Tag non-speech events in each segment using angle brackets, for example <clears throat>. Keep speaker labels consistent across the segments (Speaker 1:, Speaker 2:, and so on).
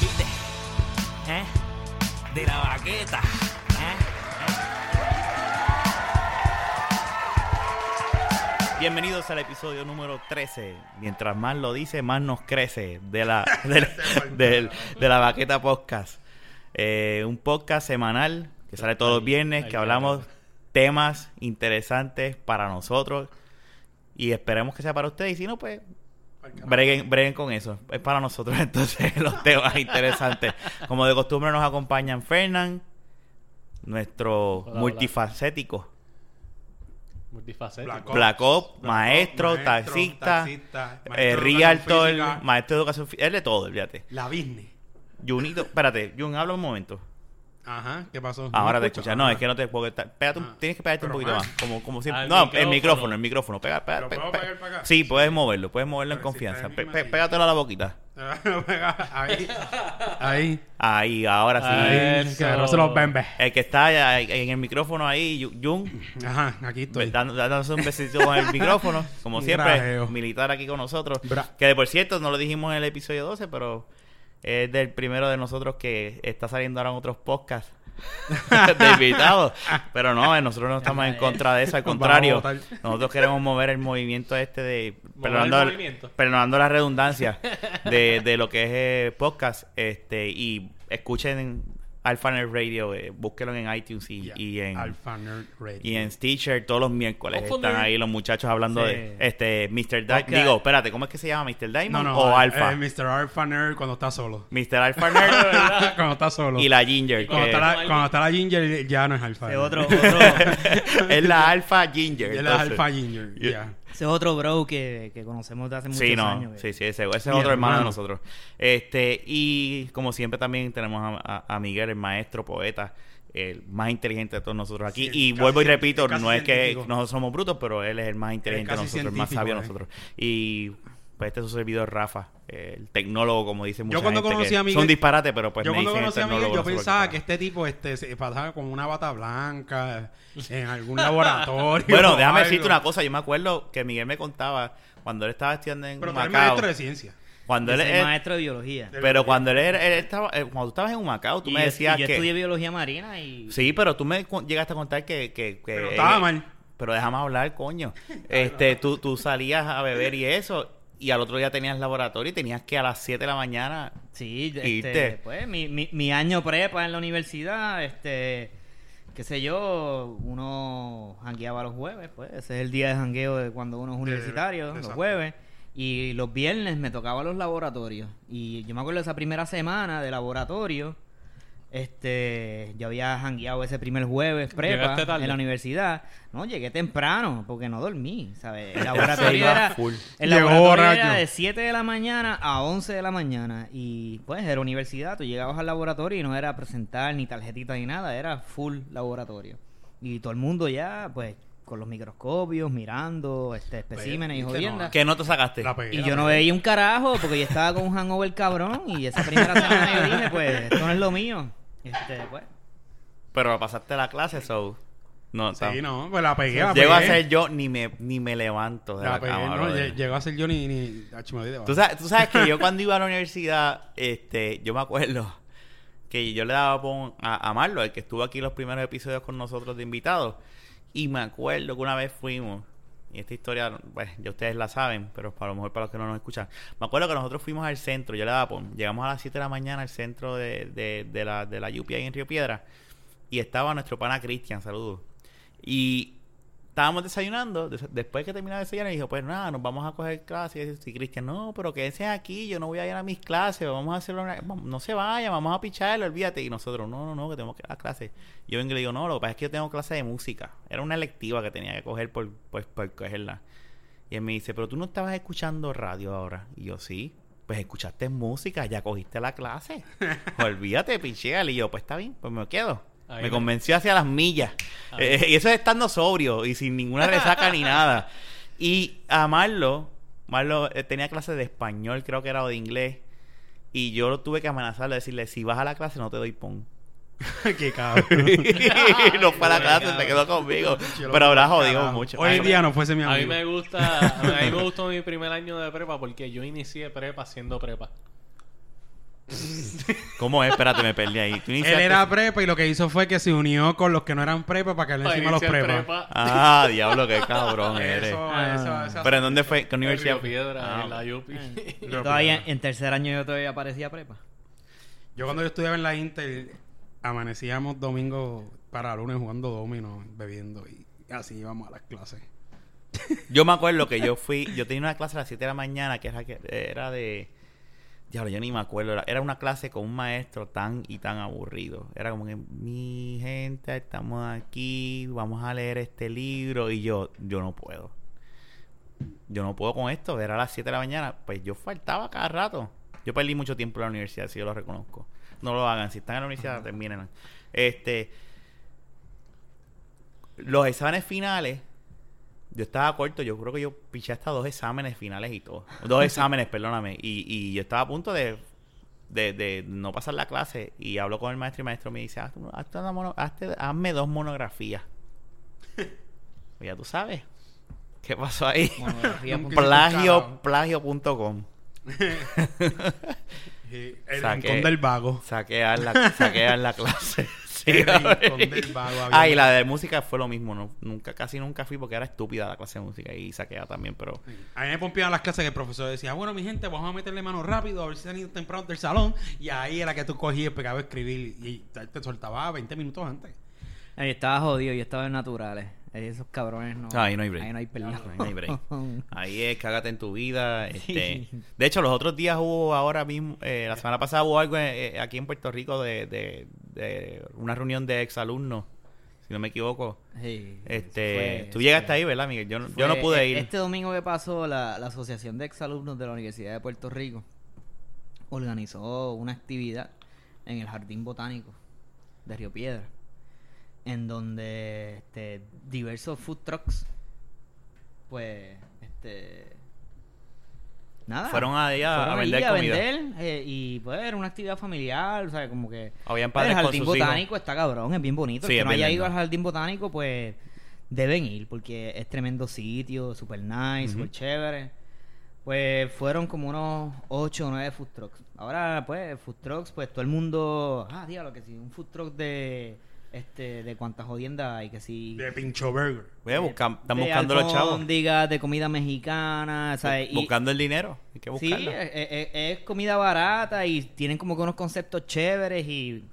Speaker 1: ¿Viste? ¿Eh? De la baqueta. ¿Eh? ¿Eh? Bienvenidos al episodio número 13. Mientras más lo dice, más nos crece de la, de la, del- de la Baqueta Podcast. Eh, un podcast semanal que sale todos los viernes, que hablamos temas interesantes para nosotros y esperemos que sea para ustedes. Y si no, pues Breguen, breguen con eso. Es para nosotros <laughs> entonces los temas interesantes. Como de costumbre nos acompañan Fernán, nuestro
Speaker 2: Hola,
Speaker 1: multifacético.
Speaker 2: Multifacético.
Speaker 1: Black Ops, maestro, taxista, eh, realtor, maestro de educación física. Es de todo, fíjate.
Speaker 3: La Disney.
Speaker 1: Junito, espérate, Jun, habla un momento.
Speaker 3: Ajá, ¿qué pasó?
Speaker 1: Ahora
Speaker 3: ¿No
Speaker 1: te
Speaker 3: escuchas?
Speaker 1: escuchas. No,
Speaker 3: Ah,
Speaker 1: es que no te puedo... estar- Pégate un-
Speaker 3: Ah.
Speaker 1: tienes que pegarte un
Speaker 3: Pero
Speaker 1: poquito
Speaker 3: más.
Speaker 1: más. Como, como siempre.
Speaker 2: Al
Speaker 1: No, el
Speaker 2: micrófono.
Speaker 1: micrófono, el micrófono. Pega, pega,
Speaker 3: ¿Lo
Speaker 1: pega,
Speaker 3: puedo
Speaker 1: pega.
Speaker 3: pegar para acá?
Speaker 1: Sí, puedes moverlo, puedes moverlo en
Speaker 3: Pero si está
Speaker 1: confianza.
Speaker 3: en
Speaker 1: Pe-
Speaker 3: mi
Speaker 1: pe-
Speaker 3: mano.
Speaker 1: pégatelo a la boquita.
Speaker 3: ahí. <laughs> Ahí.
Speaker 1: Ahí, ahora sí.
Speaker 2: Ah, Eso.
Speaker 3: Ah, Que no se los bembe.
Speaker 1: El que está allá, en el micrófono ahí, Yu- Jun, Pues,
Speaker 3: Ajá, aquí estoy.
Speaker 1: dando- dándose un besito con el micrófono, como
Speaker 3: Un
Speaker 1: siempre,
Speaker 3: grajeo.
Speaker 1: militar aquí con nosotros.
Speaker 3: Bra-
Speaker 1: Que de por cierto, no lo dijimos en el episodio 12, pero es del primero de nosotros que está saliendo ahora en otros
Speaker 3: <laughs>
Speaker 1: podcasts de invitados. Pero no, eh, nosotros no estamos en contra de eso, al
Speaker 3: Nos
Speaker 1: contrario.
Speaker 3: vamos a votar.
Speaker 1: Nosotros queremos mover el movimiento este de.
Speaker 2: Mover el
Speaker 1: Perdonando,
Speaker 2: movimiento.
Speaker 1: perdonando la redundancia de, de lo que es eh, podcast. este Y escuchen Alpha Nerd Radio, eh, búsquenlo en iTunes y,
Speaker 3: Yeah.
Speaker 1: y en.
Speaker 3: Alpha Nerd Radio.
Speaker 1: Y en Stitcher todos los miércoles
Speaker 2: Ojo,
Speaker 1: están
Speaker 2: nerd.
Speaker 1: ahí los muchachos hablando
Speaker 2: Sí.
Speaker 1: de este Mr. Diamond.
Speaker 2: Podcast.
Speaker 1: Digo, espérate, ¿cómo es que se llama? ¿Mr. Diamond
Speaker 3: No, no.
Speaker 1: o
Speaker 3: eh,
Speaker 1: Alpha?
Speaker 3: eh, Mr. Alpha Nerd cuando
Speaker 1: <laughs>
Speaker 3: está solo.
Speaker 1: Mr. Alpha Nerd
Speaker 3: <laughs> cuando está solo.
Speaker 1: y la Ginger.
Speaker 3: cuando,
Speaker 1: que
Speaker 3: está la, cuando está la Ginger ya no es Alpha
Speaker 4: Ese
Speaker 3: Nerd.
Speaker 4: otro, <laughs>
Speaker 1: <laughs>
Speaker 4: otro,
Speaker 1: es la Alpha
Speaker 3: <laughs>
Speaker 1: Ginger.
Speaker 3: Ya es
Speaker 1: entonces.
Speaker 3: Alpha Ginger.
Speaker 1: Yeah.
Speaker 3: ya.
Speaker 4: ese otro bro que, que conocemos de hace muchos
Speaker 1: Sí, no.
Speaker 4: años. eh.
Speaker 1: Sí,
Speaker 4: que-
Speaker 1: sí, ese, ese es
Speaker 3: Mi
Speaker 1: otro hermano de
Speaker 3: hermano.
Speaker 1: nosotros. Este, y como siempre también tenemos a, a- a Miguel, el maestro, poeta, el más inteligente de todos nosotros aquí.
Speaker 3: Sí,
Speaker 1: y
Speaker 3: casi
Speaker 1: vuelvo y
Speaker 3: cien-
Speaker 1: repito,
Speaker 3: casi
Speaker 1: no es que
Speaker 3: científico.
Speaker 1: nosotros somos brutos, pero él es el más inteligente de
Speaker 3: casi
Speaker 1: nosotros, el más
Speaker 3: científico,
Speaker 1: sabio de
Speaker 3: eh.
Speaker 1: nosotros. Y pues este es su servidor Rafa, el tecnólogo, como dice mucha
Speaker 3: cuando
Speaker 1: gente, que
Speaker 3: conocí a Miguel-
Speaker 1: Son disparates, pero pues
Speaker 3: yo
Speaker 1: me
Speaker 3: cuando
Speaker 1: dicen el
Speaker 3: conocí a Miguel,
Speaker 1: tecnólogo,
Speaker 3: yo
Speaker 1: no sé por qué
Speaker 3: pensaba
Speaker 1: carajo.
Speaker 3: que este tipo este, se pasaba con una bata blanca en algún laboratorio.
Speaker 1: Bueno, déjame
Speaker 3: o
Speaker 1: decirte
Speaker 3: algo.
Speaker 1: una cosa. Yo me acuerdo que Miguel me contaba cuando él estaba estudiando en
Speaker 3: Pero tú eres
Speaker 1: Macao. Eh,
Speaker 3: maestro de ciencia.
Speaker 1: Cuando
Speaker 4: Yo
Speaker 1: él,
Speaker 4: soy
Speaker 1: él-
Speaker 4: maestro de biología.
Speaker 3: de
Speaker 1: pero
Speaker 3: biología.
Speaker 1: cuando él, era- él estaba, eh, cuando tú estabas en Macao, tú
Speaker 4: Y
Speaker 1: me
Speaker 4: yo-
Speaker 1: decías
Speaker 4: y yo,
Speaker 1: que
Speaker 4: estudié biología marina y...
Speaker 1: sí, pero tú me cu- llegaste a contar que, que, que-
Speaker 3: Pero estaba
Speaker 1: eh,
Speaker 3: mal.
Speaker 1: Pero déjame hablar,
Speaker 3: <laughs>
Speaker 1: coño. Este, tú, tú salías a beber y eso, y al otro día tenías laboratorio y tenías que a las 7 de la mañana.
Speaker 4: Sí,
Speaker 1: Irte.
Speaker 4: este, pues mi, mi, mi año prepa en la universidad, este, qué sé yo, uno jangueaba los jueves, pues ese es el día de jangueo de cuando uno es universitario, los
Speaker 3: exacto.
Speaker 4: jueves. Y los viernes me tocaba los laboratorios. Y yo me acuerdo de esa primera semana de laboratorio, este, yo había jangueado ese primer jueves prepa
Speaker 2: Llegaste tarde.
Speaker 4: en la universidad. No, llegué temprano porque no dormí, ¿sabes? El
Speaker 1: Se
Speaker 4: laboratorio
Speaker 1: iba
Speaker 4: era,
Speaker 1: full.
Speaker 4: el
Speaker 3: Llegó
Speaker 4: laboratorio era
Speaker 3: borracho.
Speaker 4: de 7 de la mañana a 11 de la mañana. Y pues de la universidad, tú llegabas al laboratorio y no era presentar ni tarjetita ni nada, era full laboratorio. Y todo el mundo ya, pues, con los microscopios, mirando este especímenes y
Speaker 3: Pues, viste,
Speaker 4: jodiendas.
Speaker 3: no,
Speaker 1: Que no te sacaste.
Speaker 3: La pegué,
Speaker 4: y
Speaker 3: la
Speaker 4: yo no
Speaker 3: pegué.
Speaker 4: veía un carajo porque yo estaba con un hangover cabrón. Y esa primera semana yo dije, pues, esto no es lo mío. Este, pues.
Speaker 1: Pero pasaste la clase, so. No,
Speaker 3: Sí,
Speaker 1: tam-
Speaker 3: no, pues la pegué. la
Speaker 1: Llego a
Speaker 3: pegué.
Speaker 1: ser yo, ni me, ni me levanto de la,
Speaker 3: La pegué,
Speaker 1: cama,
Speaker 3: no,
Speaker 1: brother.
Speaker 3: lle- llegó a ser yo ni... ni Ach, me doy de baja.
Speaker 1: ¿Tú sabes, tú sabes que yo cuando iba a la universidad, este, yo me acuerdo que yo le daba pon a, a Marlo, el que estuvo aquí los primeros episodios con nosotros de invitados. Y me acuerdo que una vez fuimos y esta historia, pues ya ustedes la saben, pero para lo mejor para los que no nos escuchan. Me acuerdo que nosotros fuimos al centro, yo le daba pon, llegamos a las 7 de la mañana al centro de, de, de la, de la UPI en Río Piedra y estaba nuestro pana Cristian, saludos. Y estábamos desayunando, des- después que terminaba de desayunar, y dijo, pues nada, nos vamos a coger clases. Y Cristian, no, pero quédense aquí, yo no voy a ir a mis clases, vamos a hacer una... vam- No se vayan, vamos a picharlo, olvídate. Y nosotros, no, no, no, que tenemos que ir a clases. Yo vengo y le digo, no, lo que pasa es que yo tengo clase de música. Era una electiva que tenía que coger por, pues, por cogerla. Y él me dice, pero tú no estabas escuchando radio ahora. Y yo, sí. Pues escuchaste música, ya cogiste la
Speaker 2: <laughs>
Speaker 1: clase. Olvídate, pinchéale. Y yo, pues está bien, pues me quedo.
Speaker 2: Ahí
Speaker 1: me
Speaker 2: va.
Speaker 1: convenció hacia las millas. Eh, y eso es estando sobrio y sin ninguna resaca ni
Speaker 2: <laughs>
Speaker 1: nada. Y a Marlo, Marlo eh, tenía clases de español, creo que era, o de inglés. Y yo lo tuve que amenazarle, decirle, si vas a la clase no te doy pon.
Speaker 3: Qué cabrón.
Speaker 1: Y <laughs> no fue a la
Speaker 2: Pobre
Speaker 1: clase,
Speaker 2: cabrón.
Speaker 1: se quedó conmigo.
Speaker 3: <laughs> Yo
Speaker 1: Pero
Speaker 3: lo-
Speaker 1: habrá jodido
Speaker 3: carajo.
Speaker 1: mucho.
Speaker 3: Hoy en día no fuese mi
Speaker 2: A mí
Speaker 3: amigo.
Speaker 2: me gusta,
Speaker 3: <laughs>
Speaker 2: a mí me gustó mi primer año de prepa porque yo inicié prepa siendo prepa.
Speaker 1: <laughs> ¿Cómo es? Espérate, me perdí ahí. ¿Tú
Speaker 3: Él
Speaker 1: iniciaste?
Speaker 3: era prepa y lo que hizo fue que se unió con los que no eran prepa para que le
Speaker 2: Para
Speaker 3: encima a los
Speaker 2: iniciar
Speaker 3: prepa.
Speaker 1: Ah, diablo, qué
Speaker 3: <laughs>
Speaker 1: cabrón eres.
Speaker 4: ah.
Speaker 3: eso, eso.
Speaker 1: ¿Pero en dónde fue? ¿Qué
Speaker 2: En
Speaker 1: universidad?
Speaker 2: Río Piedra,
Speaker 1: Ah,
Speaker 2: en la UPI. <laughs>
Speaker 4: Yo todavía en tercer año yo todavía parecía prepa.
Speaker 3: Yo cuando yo estudiaba en la Inter, amanecíamos domingo para lunes jugando domino, bebiendo y así íbamos a las clases.
Speaker 1: Yo me acuerdo que yo fui, yo tenía una clase a las 7 de la mañana que era, que era de... Diablo, yo ni me acuerdo. Era, era una clase con un maestro tan y tan aburrido. Era como que, mi gente, estamos aquí, vamos a leer este libro. Y yo, yo no puedo. Yo no puedo con esto. Era a las 7 de la mañana. Pues yo faltaba cada rato. Yo perdí mucho tiempo en la universidad, si yo lo reconozco. No lo hagan. Si están en la universidad, terminen. Este... Los exámenes finales yo estaba corto, yo creo que yo piché hasta dos exámenes finales y todo. Dos exámenes, perdóname. Y, y yo estaba a punto de, de, de no pasar la clase. Y hablo con el maestro y el maestro me dice, "Haz una- hazte una mono- hazte- hazme dos monografías. Pues ya tú sabes. ¿Qué pasó ahí?
Speaker 4: Monografía
Speaker 3: Nunca-
Speaker 1: plagio, plagio.com.
Speaker 3: El
Speaker 1: Saqué.
Speaker 3: rincón del vago.
Speaker 1: Saquear la, saquear la clase. Sí,
Speaker 3: El rincón
Speaker 1: güey.
Speaker 3: del vago había
Speaker 1: Ah, y
Speaker 3: un-
Speaker 1: la de música fue lo mismo. No, nunca, casi nunca fui porque era estúpida la clase de música y saqueada también, pero...
Speaker 3: A mí me pompeaban las clases que el profesor decía, bueno, mi gente, vamos a meterle mano rápido, a ver si han ido temprano del salón. Y ahí era que tú cogías, pegabas a escribir y te te soltaba 20 minutos antes.
Speaker 4: Ay, Yo estaba jodido, yo estaba en naturales. Ay, Esos cabrones no.
Speaker 1: Ah, Ahí no hay break.
Speaker 4: Ahí no hay pelea.
Speaker 1: Ahí no hay break. Ahí es, cágate en tu vida. Este. De hecho, los otros días hubo ahora mismo, eh, la semana pasada hubo algo eh, eh, aquí en Puerto Rico de, de- de una reunión de exalumnos, si no me equivoco.
Speaker 4: <laughs> Sí,
Speaker 1: Este,
Speaker 4: fue-
Speaker 1: tú llegaste ahí, ¿verdad, Miguel? Yo, no- yo no
Speaker 4: fue
Speaker 1: pude
Speaker 4: e-
Speaker 1: ir.
Speaker 4: Este domingo que pasó, la, la Asociación de Exalumnos de la Universidad de Puerto Rico organizó una actividad en el Jardín Botánico de Río Piedra, en donde este, diversos food trucks, pues, este... Nada.
Speaker 1: Fueron allá
Speaker 4: Ah, fueron
Speaker 1: a
Speaker 4: allí
Speaker 1: vender comida.
Speaker 4: vender, eh, y pues era una actividad familiar, o sea, como que...
Speaker 1: Habían
Speaker 4: el
Speaker 1: padres con
Speaker 4: jardín
Speaker 1: sus hijos.
Speaker 4: botánico está cabrón, es bien bonito.
Speaker 1: Sí,
Speaker 4: el que
Speaker 1: es
Speaker 4: no
Speaker 1: bien
Speaker 4: haya
Speaker 1: lindo.
Speaker 4: ido al jardín botánico, pues deben ir, porque es tremendo sitio, super nice, super chévere. Pues fueron como unos 8 o 9 food trucks. Ahora, pues, food trucks, pues todo el mundo. Ah, diablo, que si un food truck de. Este, de cuántas jodiendas hay, que si.
Speaker 3: De pincho burger.
Speaker 1: Voy a buscar- están
Speaker 4: eh, de
Speaker 1: buscando los chavos.
Speaker 4: albóndigas, de comida mexicana, ¿sabes? Y-
Speaker 1: buscando el dinero. Hay que
Speaker 4: Sí, eh.
Speaker 1: buscarlo.
Speaker 4: es, es- es comida barata y tienen como que unos conceptos chéveres y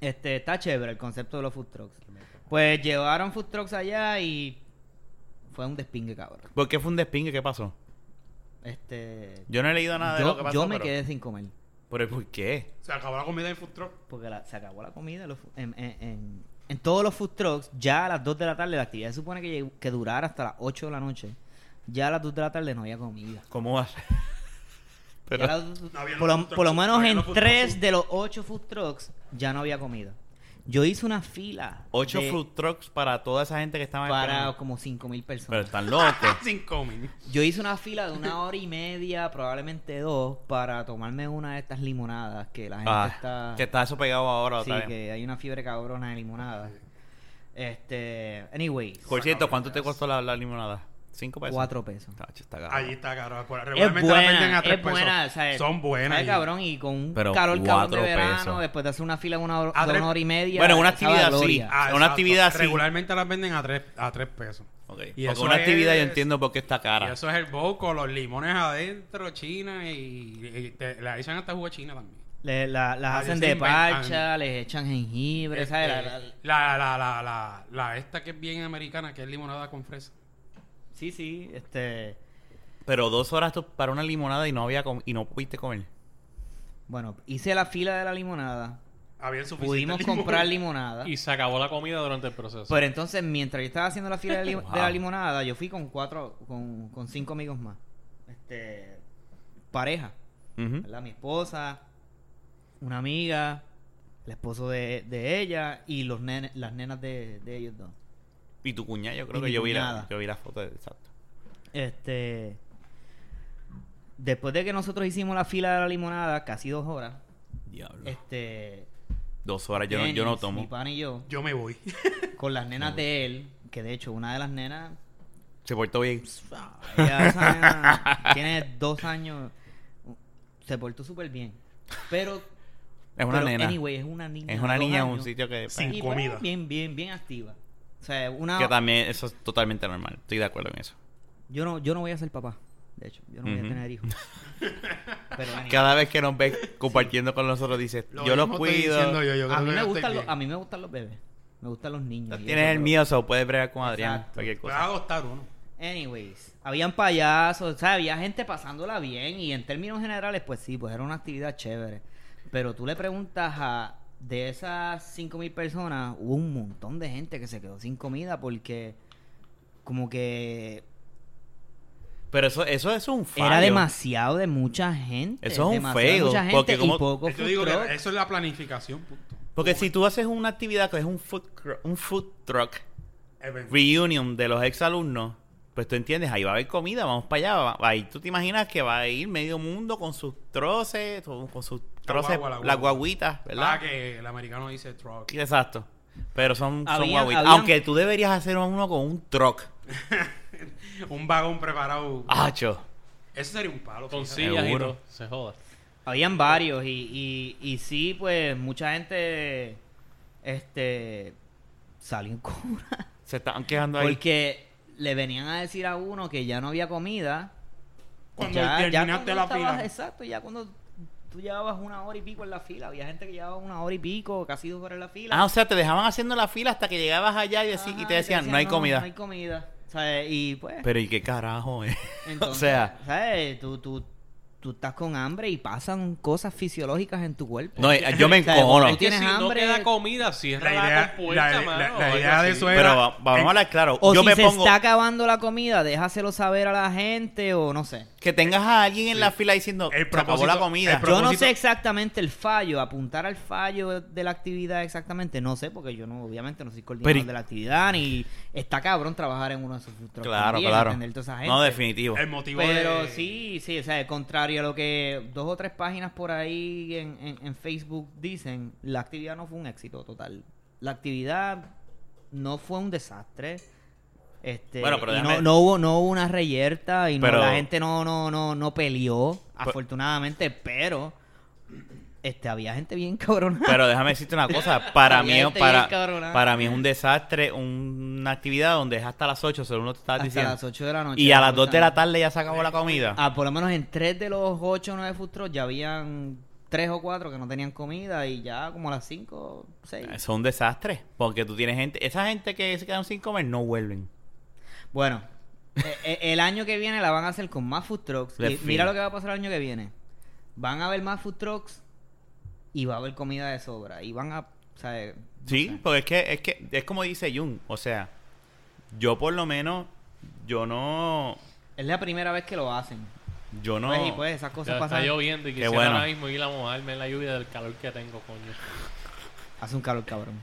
Speaker 4: este está chévere el concepto de los food trucks. Pues llevaron food trucks allá y fue un despingue cabrón.
Speaker 1: ¿Por qué fue un despingue? ¿Qué pasó?
Speaker 4: Este
Speaker 1: Yo no he leído nada de lo que
Speaker 4: yo,
Speaker 1: pasó.
Speaker 4: yo me
Speaker 1: pero-
Speaker 4: quedé sin comer
Speaker 1: ¿Pero por qué?
Speaker 3: Se acabó la comida del food truck.
Speaker 4: porque la- se acabó la comida los fu- en, en- en- en todos los food trucks ya a las 2 de la tarde la actividad se supone que, lleg- que durara hasta las 8 de la noche. Ya a las 2 de la tarde no había comida.
Speaker 1: ¿Cómo vas? <laughs>
Speaker 4: Ya la-
Speaker 3: había
Speaker 4: por,
Speaker 3: los
Speaker 4: lo,
Speaker 3: food
Speaker 4: por lo
Speaker 3: trucks, no
Speaker 4: menos
Speaker 3: había
Speaker 4: en
Speaker 3: los food
Speaker 4: tres
Speaker 3: trucks.
Speaker 4: de los ocho food trucks ya no había comida. Yo hice una fila
Speaker 1: Ocho
Speaker 4: de-
Speaker 1: food trucks para toda esa gente que estaba
Speaker 4: para
Speaker 1: esperando.
Speaker 4: como cinco mil
Speaker 1: Pero
Speaker 4: personas.
Speaker 1: están
Speaker 4: <laughs>
Speaker 1: locos.
Speaker 3: Sin coming.
Speaker 4: Yo hice una fila de
Speaker 1: <laughs>
Speaker 4: una hora y media, probablemente dos, para tomarme una de estas limonadas que la gente
Speaker 1: Ah,
Speaker 4: está...
Speaker 1: Que está eso pegado ahora.
Speaker 4: sí,
Speaker 1: otra vez.
Speaker 4: que hay una fiebre cabrona de limonadas. Este, anyways,
Speaker 1: Por cierto, ¿cuánto te costó la, la limonada? ¿Cinco pesos?
Speaker 4: cuatro pesos.
Speaker 1: Tacho, pues, está caro.
Speaker 3: Allí está, cabrón. Por-
Speaker 4: Es
Speaker 3: regularmente la venden
Speaker 4: buena,
Speaker 3: a tres
Speaker 4: es buena,
Speaker 3: pesos.
Speaker 4: o sea,
Speaker 3: Son buenas.
Speaker 4: sabe,
Speaker 3: y-
Speaker 4: cabrón, y con un
Speaker 1: Pero
Speaker 4: calor cabrón de
Speaker 1: cuatro
Speaker 4: verano,
Speaker 1: pesos.
Speaker 4: después de hacer una fila de una, hora-
Speaker 3: A
Speaker 4: de
Speaker 3: tres-
Speaker 4: una hora y media.
Speaker 1: Bueno, una
Speaker 4: esa va a
Speaker 3: Ah,
Speaker 1: actividad sí.
Speaker 4: gloria.
Speaker 1: Una actividad así.
Speaker 3: Regularmente las venden a tres, a tres pesos.
Speaker 1: Ok.
Speaker 3: Y
Speaker 1: Porque
Speaker 3: eso
Speaker 1: una actividad yo
Speaker 3: es-
Speaker 1: entiendo por qué está
Speaker 3: Y
Speaker 1: cara.
Speaker 3: eso es el boco, los limones adentro, china y, y te- la echan hasta jugo de china también.
Speaker 4: Le- la- las
Speaker 3: Ah,
Speaker 4: hacen
Speaker 3: se
Speaker 4: de
Speaker 3: inventan.
Speaker 4: parcha, les echan jengibre,
Speaker 3: Este,
Speaker 4: ¿sabes?
Speaker 3: la,
Speaker 4: La- la-
Speaker 3: la- la- la- la esta que es bien americana, que es limonada con fresa.
Speaker 4: sí, sí, este...
Speaker 1: Pero dos horas tú- para una limonada y no había com- y no pudiste comer.
Speaker 4: Bueno, hice la fila de la limonada.
Speaker 3: Había Ah, suficiente
Speaker 4: Pudimos
Speaker 3: limón.
Speaker 4: comprar limonada.
Speaker 2: Y se acabó la comida durante el proceso.
Speaker 4: Pero entonces, mientras yo estaba haciendo la fila de, li-
Speaker 1: Wow.
Speaker 4: de la limonada, yo fui con cuatro, con, con cinco amigos más. Este, pareja,
Speaker 1: Ujú.
Speaker 4: ¿verdad? Mi esposa, una amiga, el esposo de, de ella y los nene- las nenas de, de ellos dos.
Speaker 1: Y tu cuñada, yo creo
Speaker 4: Y
Speaker 1: que
Speaker 4: mi
Speaker 1: yo vi, la,
Speaker 4: cuñada.
Speaker 1: yo vi la foto. de- Exacto.
Speaker 4: Este, después de que nosotros hicimos la fila de la limonada, casi dos horas,
Speaker 1: Diablo.
Speaker 4: este,
Speaker 1: dos horas yo no, yo no
Speaker 4: Dennis, mi
Speaker 1: tomo.
Speaker 4: pana y yo,
Speaker 3: Yo me voy.
Speaker 4: <laughs> con las nenas de él, que de hecho una de las nenas
Speaker 1: Se portó bien.
Speaker 4: Ella, esa
Speaker 1: <laughs>
Speaker 4: nena, tiene dos años. Se portó súper bien. Pero.
Speaker 1: Es una
Speaker 4: pero,
Speaker 1: nena.
Speaker 4: Anyway, es una niña.
Speaker 1: es una
Speaker 4: de dos
Speaker 1: niña en un
Speaker 4: años,
Speaker 1: sitio que,
Speaker 3: Sí. sin
Speaker 4: y, pues,
Speaker 3: comida.
Speaker 4: bien, bien, bien activa. O sea, una.
Speaker 1: que también eso es totalmente normal. Estoy de acuerdo en eso.
Speaker 4: Yo, no, yo no voy a ser papá. De hecho, yo no voy
Speaker 1: Ujú.
Speaker 4: a
Speaker 3: <laughs>
Speaker 4: tener hijos. Pero, anyway.
Speaker 1: Cada vez que nos ves compartiendo con nosotros dices, yo los
Speaker 3: mismo estoy
Speaker 1: cuido.
Speaker 3: diciendo yo, yo creo
Speaker 4: a,
Speaker 3: que
Speaker 4: mí
Speaker 3: yo
Speaker 4: me
Speaker 3: estoy
Speaker 4: gustan los,
Speaker 3: bien.
Speaker 4: a mí me gustan los bebés. Me gustan los niños. y
Speaker 1: Tienes
Speaker 4: eso,
Speaker 1: el
Speaker 4: pero-
Speaker 1: mío, o sea, puedes bregar con Adrián.
Speaker 4: Exacto.
Speaker 1: Cualquier
Speaker 3: Voy a
Speaker 1: cosa.
Speaker 3: adoptar uno.
Speaker 4: Anyways, habían payasos, o sea, había gente pasándola bien y en términos generales, pues sí, pues era una actividad chévere. Pero tú le preguntas a de esas 5.000 personas, hubo un montón de gente que se quedó sin comida porque como que
Speaker 1: Pero eso, eso es un fallo.
Speaker 4: era demasiado de mucha gente.
Speaker 1: Eso es un
Speaker 4: demasiado de
Speaker 1: fail,
Speaker 4: mucha gente
Speaker 1: porque
Speaker 4: y
Speaker 1: como-
Speaker 4: poco
Speaker 3: Yo <laughs> digo
Speaker 4: food
Speaker 3: que
Speaker 4: truck.
Speaker 3: eso es la planificación, punto.
Speaker 1: Porque si tú haces una actividad que es un food, cru- un food truck
Speaker 3: Event.
Speaker 1: reunion de los exalumnos, pues tú entiendes, ahí va a haber comida, vamos para allá. va- Ahí tú te imaginas que va a ir medio mundo con sus troces, con con sus troces,
Speaker 3: guagua, la guagua.
Speaker 1: las guaguitas, ¿verdad?
Speaker 3: Ah, que el americano dice truck.
Speaker 1: Exacto. Pero son, son
Speaker 4: Había-
Speaker 1: guaguitas.
Speaker 4: habían-
Speaker 1: Aunque tú deberías hacer uno con un truck.
Speaker 3: Un vagón preparado.
Speaker 1: ¡Acho!
Speaker 3: Eso sería un palo.
Speaker 2: Con
Speaker 3: fíjate.
Speaker 2: sillas y
Speaker 1: Seguro.
Speaker 2: todo. Se joda.
Speaker 4: Habían varios y, y, y sí, pues mucha gente este salió en cobra.
Speaker 1: Se estaban quejando ahí.
Speaker 4: Porque le venían a decir a uno que ya no había comida.
Speaker 3: Cuando terminaste
Speaker 4: cuando
Speaker 3: la
Speaker 4: estabas-
Speaker 3: fila.
Speaker 4: Exacto, ya cuando tú llevabas una hora y pico en la fila. Había gente que llevaba una hora y pico, casi dos horas en la fila.
Speaker 1: Ah, o sea, te dejaban haciendo la fila hasta que llegabas allá y, decí-
Speaker 4: Ajá,
Speaker 1: y te decían, no hay comida.
Speaker 4: No hay comida. ¿Sabes? Y pues,
Speaker 1: Pero ¿y qué carajo,
Speaker 4: <laughs>
Speaker 1: eh?
Speaker 4: entonces,
Speaker 1: o sea,
Speaker 4: ¿sabes? Tú, tú, tú estás con hambre y pasan cosas fisiológicas en tu cuerpo.
Speaker 1: no, eh, yo me
Speaker 4: O sea, cuando
Speaker 1: encojono.
Speaker 4: tú tienes
Speaker 2: si no
Speaker 4: hambre-
Speaker 2: queda comida, cierra
Speaker 3: La
Speaker 2: la,
Speaker 3: idea-
Speaker 2: compuerta,
Speaker 3: la- la-
Speaker 2: mano,
Speaker 3: la
Speaker 2: o algo
Speaker 3: idea de
Speaker 2: así.
Speaker 3: eso es-
Speaker 1: Pero
Speaker 3: era-
Speaker 1: va- vamos a hablar claro.
Speaker 4: O
Speaker 1: yo
Speaker 4: si
Speaker 1: me
Speaker 4: se
Speaker 1: pongo
Speaker 4: está acabando la comida, déjaselo saber a la gente o no sé.
Speaker 1: que tengas a alguien en la fila diciendo,
Speaker 3: El
Speaker 1: se acabó la
Speaker 3: propósito-
Speaker 1: comida.
Speaker 3: el pro-
Speaker 4: Yo no
Speaker 3: propósito-
Speaker 4: sé exactamente el fallo, apuntar al fallo de la actividad exactamente, no sé, porque yo no, obviamente no soy coordinador
Speaker 1: Pero y-
Speaker 4: de la actividad, ni está cabrón trabajar en uno de esos food trucks
Speaker 1: claro,
Speaker 4: también,
Speaker 1: claro.
Speaker 4: atender toda esa gente.
Speaker 1: No, definitivo.
Speaker 3: El motivo
Speaker 4: Pero
Speaker 3: de-
Speaker 4: sí, sí, o sea, contrario a lo que dos o tres páginas por ahí en, en- en Facebook dicen, la actividad no fue un éxito total. La actividad no fue un desastre. Este,
Speaker 1: Bueno, pero
Speaker 4: y
Speaker 1: déjame-
Speaker 4: no, no hubo, no hubo una reyerta y no-
Speaker 1: Pero- Pues-
Speaker 4: la gente no, no, no, no peleó, afortunadamente, pero este, había gente bien <laughs> cabrona.
Speaker 1: Pero déjame decirte una cosa,
Speaker 3: <laughs>
Speaker 1: para mí,
Speaker 4: Ya estoy
Speaker 1: para,
Speaker 3: ¿ah?
Speaker 4: encabronado.
Speaker 1: para mí es un desastre una actividad donde es hasta las 8, según lo que te estás
Speaker 4: hasta
Speaker 1: diciendo.
Speaker 4: las 8 de la noche.
Speaker 1: y a las 2
Speaker 4: dos
Speaker 1: de la tarde ya se acabó la comida.
Speaker 4: Ah, por lo menos en tres de los ocho o nueve food trucks ya habían tres o cuatro que no tenían comida y ya como a las cinco, seis.
Speaker 1: Ah, Eso es un desastre, porque tú tienes gente, esa gente que se quedan sin comer no vuelven.
Speaker 4: Bueno, eh, eh, el año que viene la van a hacer con más food trucks. Y
Speaker 1: Definitivamente.
Speaker 4: mira lo que va a pasar el año que viene. Van a haber más food trucks y va a haber comida de sobra. Y van a, o sea, eh, no
Speaker 1: Sí,
Speaker 4: sé.
Speaker 1: porque es que, es que es como dice Jun, o sea, yo por lo menos, yo no,
Speaker 4: Es la primera vez que lo hacen.
Speaker 1: yo no,
Speaker 4: Pues, y pues esas
Speaker 2: Ya
Speaker 4: cosas
Speaker 2: está
Speaker 4: pasan.
Speaker 2: lloviendo y quisiera
Speaker 1: bueno.
Speaker 2: ahora mismo ir a mojarme en la lluvia del calor que tengo, coño.
Speaker 4: Hace un calor cabrón.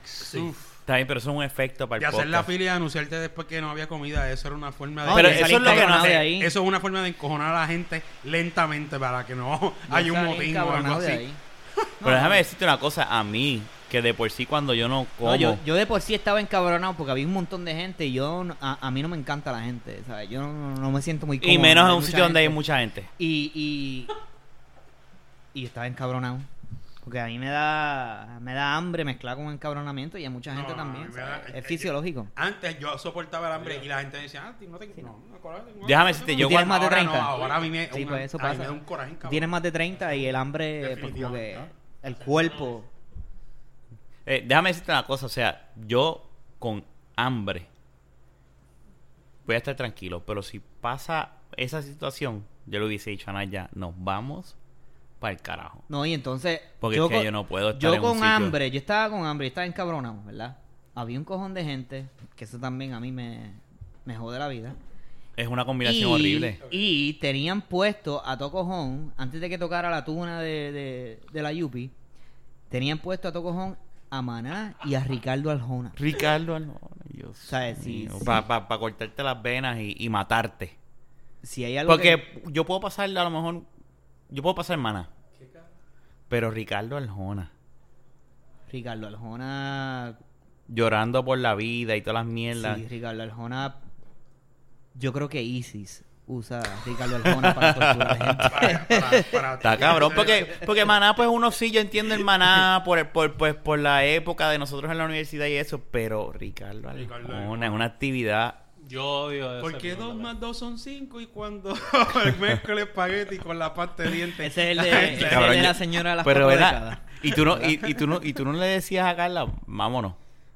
Speaker 1: está bien, pero eso es un efecto para
Speaker 3: De
Speaker 1: el
Speaker 3: hacer la
Speaker 1: podcast.
Speaker 3: fila y anunciarte después que no había comida, eso era una forma de...
Speaker 4: No,
Speaker 1: Pero
Speaker 4: y
Speaker 1: eso es
Speaker 4: salí
Speaker 1: lo que no
Speaker 4: encabronado
Speaker 1: hace-
Speaker 4: Ah, de ahí.
Speaker 3: Eh, Eso es una forma de encojonar a la gente lentamente para que no haya un
Speaker 4: salí
Speaker 3: motín o algo
Speaker 4: encabronado de
Speaker 3: así.
Speaker 4: ahí.
Speaker 1: Pero déjame decirte una cosa, a mí, que de por sí cuando yo no como,
Speaker 4: No, yo, yo de por sí estaba encabronado porque había un montón de gente y yo no- a, a mí no me encanta la gente, ¿sabes? Yo no, no me siento muy cómodo.
Speaker 1: y menos en
Speaker 4: hay
Speaker 1: un
Speaker 4: mucha
Speaker 1: sitio donde hay
Speaker 4: gente.
Speaker 1: mucha gente.
Speaker 4: Y, y, y estaba encabronado. Porque a mí me da, me da hambre mezclar con encabronamiento y a mucha
Speaker 3: No,
Speaker 4: gente
Speaker 3: no,
Speaker 4: también.
Speaker 3: me da-
Speaker 4: ¿sabes?
Speaker 3: eh,
Speaker 4: es
Speaker 3: eh,
Speaker 4: fisiológico.
Speaker 3: Antes yo soportaba el hambre y la gente decía, ah, ti no te. No, no, coraje, no,
Speaker 1: Déjame
Speaker 3: no,
Speaker 1: decirte,
Speaker 3: no,
Speaker 1: yo
Speaker 3: no,
Speaker 1: tienes
Speaker 4: más de
Speaker 3: ahora
Speaker 4: 30.
Speaker 3: No, ahora a mí me,
Speaker 4: Sí,
Speaker 3: un-
Speaker 4: pues eso
Speaker 3: a mí
Speaker 4: pasa.
Speaker 3: me da un coraje, cabrón.
Speaker 4: Tienes más de 30 y el hambre, pues como que
Speaker 3: Definitivamente.
Speaker 4: el cuerpo.
Speaker 1: Eh, déjame decirte una cosa, o sea, yo con hambre voy a estar tranquilo, pero si pasa esa situación, yo le hubiese dicho a Naya, nos vamos para el carajo.
Speaker 4: No, y entonces.
Speaker 1: Porque es que
Speaker 4: con-
Speaker 1: yo no puedo estar
Speaker 4: Yo
Speaker 1: en un
Speaker 4: con
Speaker 1: sitio.
Speaker 4: hambre, yo estaba con hambre, yo estaba encabronado, ¿verdad? Había un cojón de gente, que eso también a mí me, me jode la vida.
Speaker 1: Es una combinación
Speaker 4: y,
Speaker 1: horrible.
Speaker 4: Y tenían puesto a Tocojón, antes de que tocara la tuna de, de- de la Yupi, tenían puesto a Tocojón a Maná y a Ricardo Arjona.
Speaker 1: Ricardo Arjona, Dios
Speaker 4: ¿Sabes? Sí, sí.
Speaker 1: Para cortarte las venas y, y matarte.
Speaker 4: Si hay algo que-
Speaker 1: Porque yo puedo pasar, a lo mejor, yo puedo pasar maná. Pero Ricardo Arjona,
Speaker 4: Ricardo Arjona...
Speaker 1: llorando por la vida y todas las mierdas.
Speaker 4: Sí, Ricardo Arjona... Yo creo que ISIS usa a Ricardo Arjona para torturar gente.
Speaker 3: <laughs> Para- para- para-
Speaker 1: Está cabrón, porque, porque Maná, pues uno sí, yo entiendo el Maná por, el- por, pues, por la época de nosotros en la universidad y eso, pero Ricardo
Speaker 3: Ricardo
Speaker 1: Arjona
Speaker 3: Arjona.
Speaker 1: es una actividad.
Speaker 2: Yo odio eso.
Speaker 3: Porque dos más dos son cinco y
Speaker 4: <laughs>
Speaker 3: cuando <laughs> mezclo el espagueti con la parte de dientes.
Speaker 4: Ese es
Speaker 1: <laughs>
Speaker 4: el de, ese es
Speaker 1: Cabrón,
Speaker 4: el de
Speaker 1: yo-
Speaker 4: la señora de las
Speaker 1: Pero
Speaker 4: cuatro
Speaker 1: ¿verdad?
Speaker 4: décadas.
Speaker 1: Y tú, no, y, y tú no, y tú no le decías a Carla, vámonos.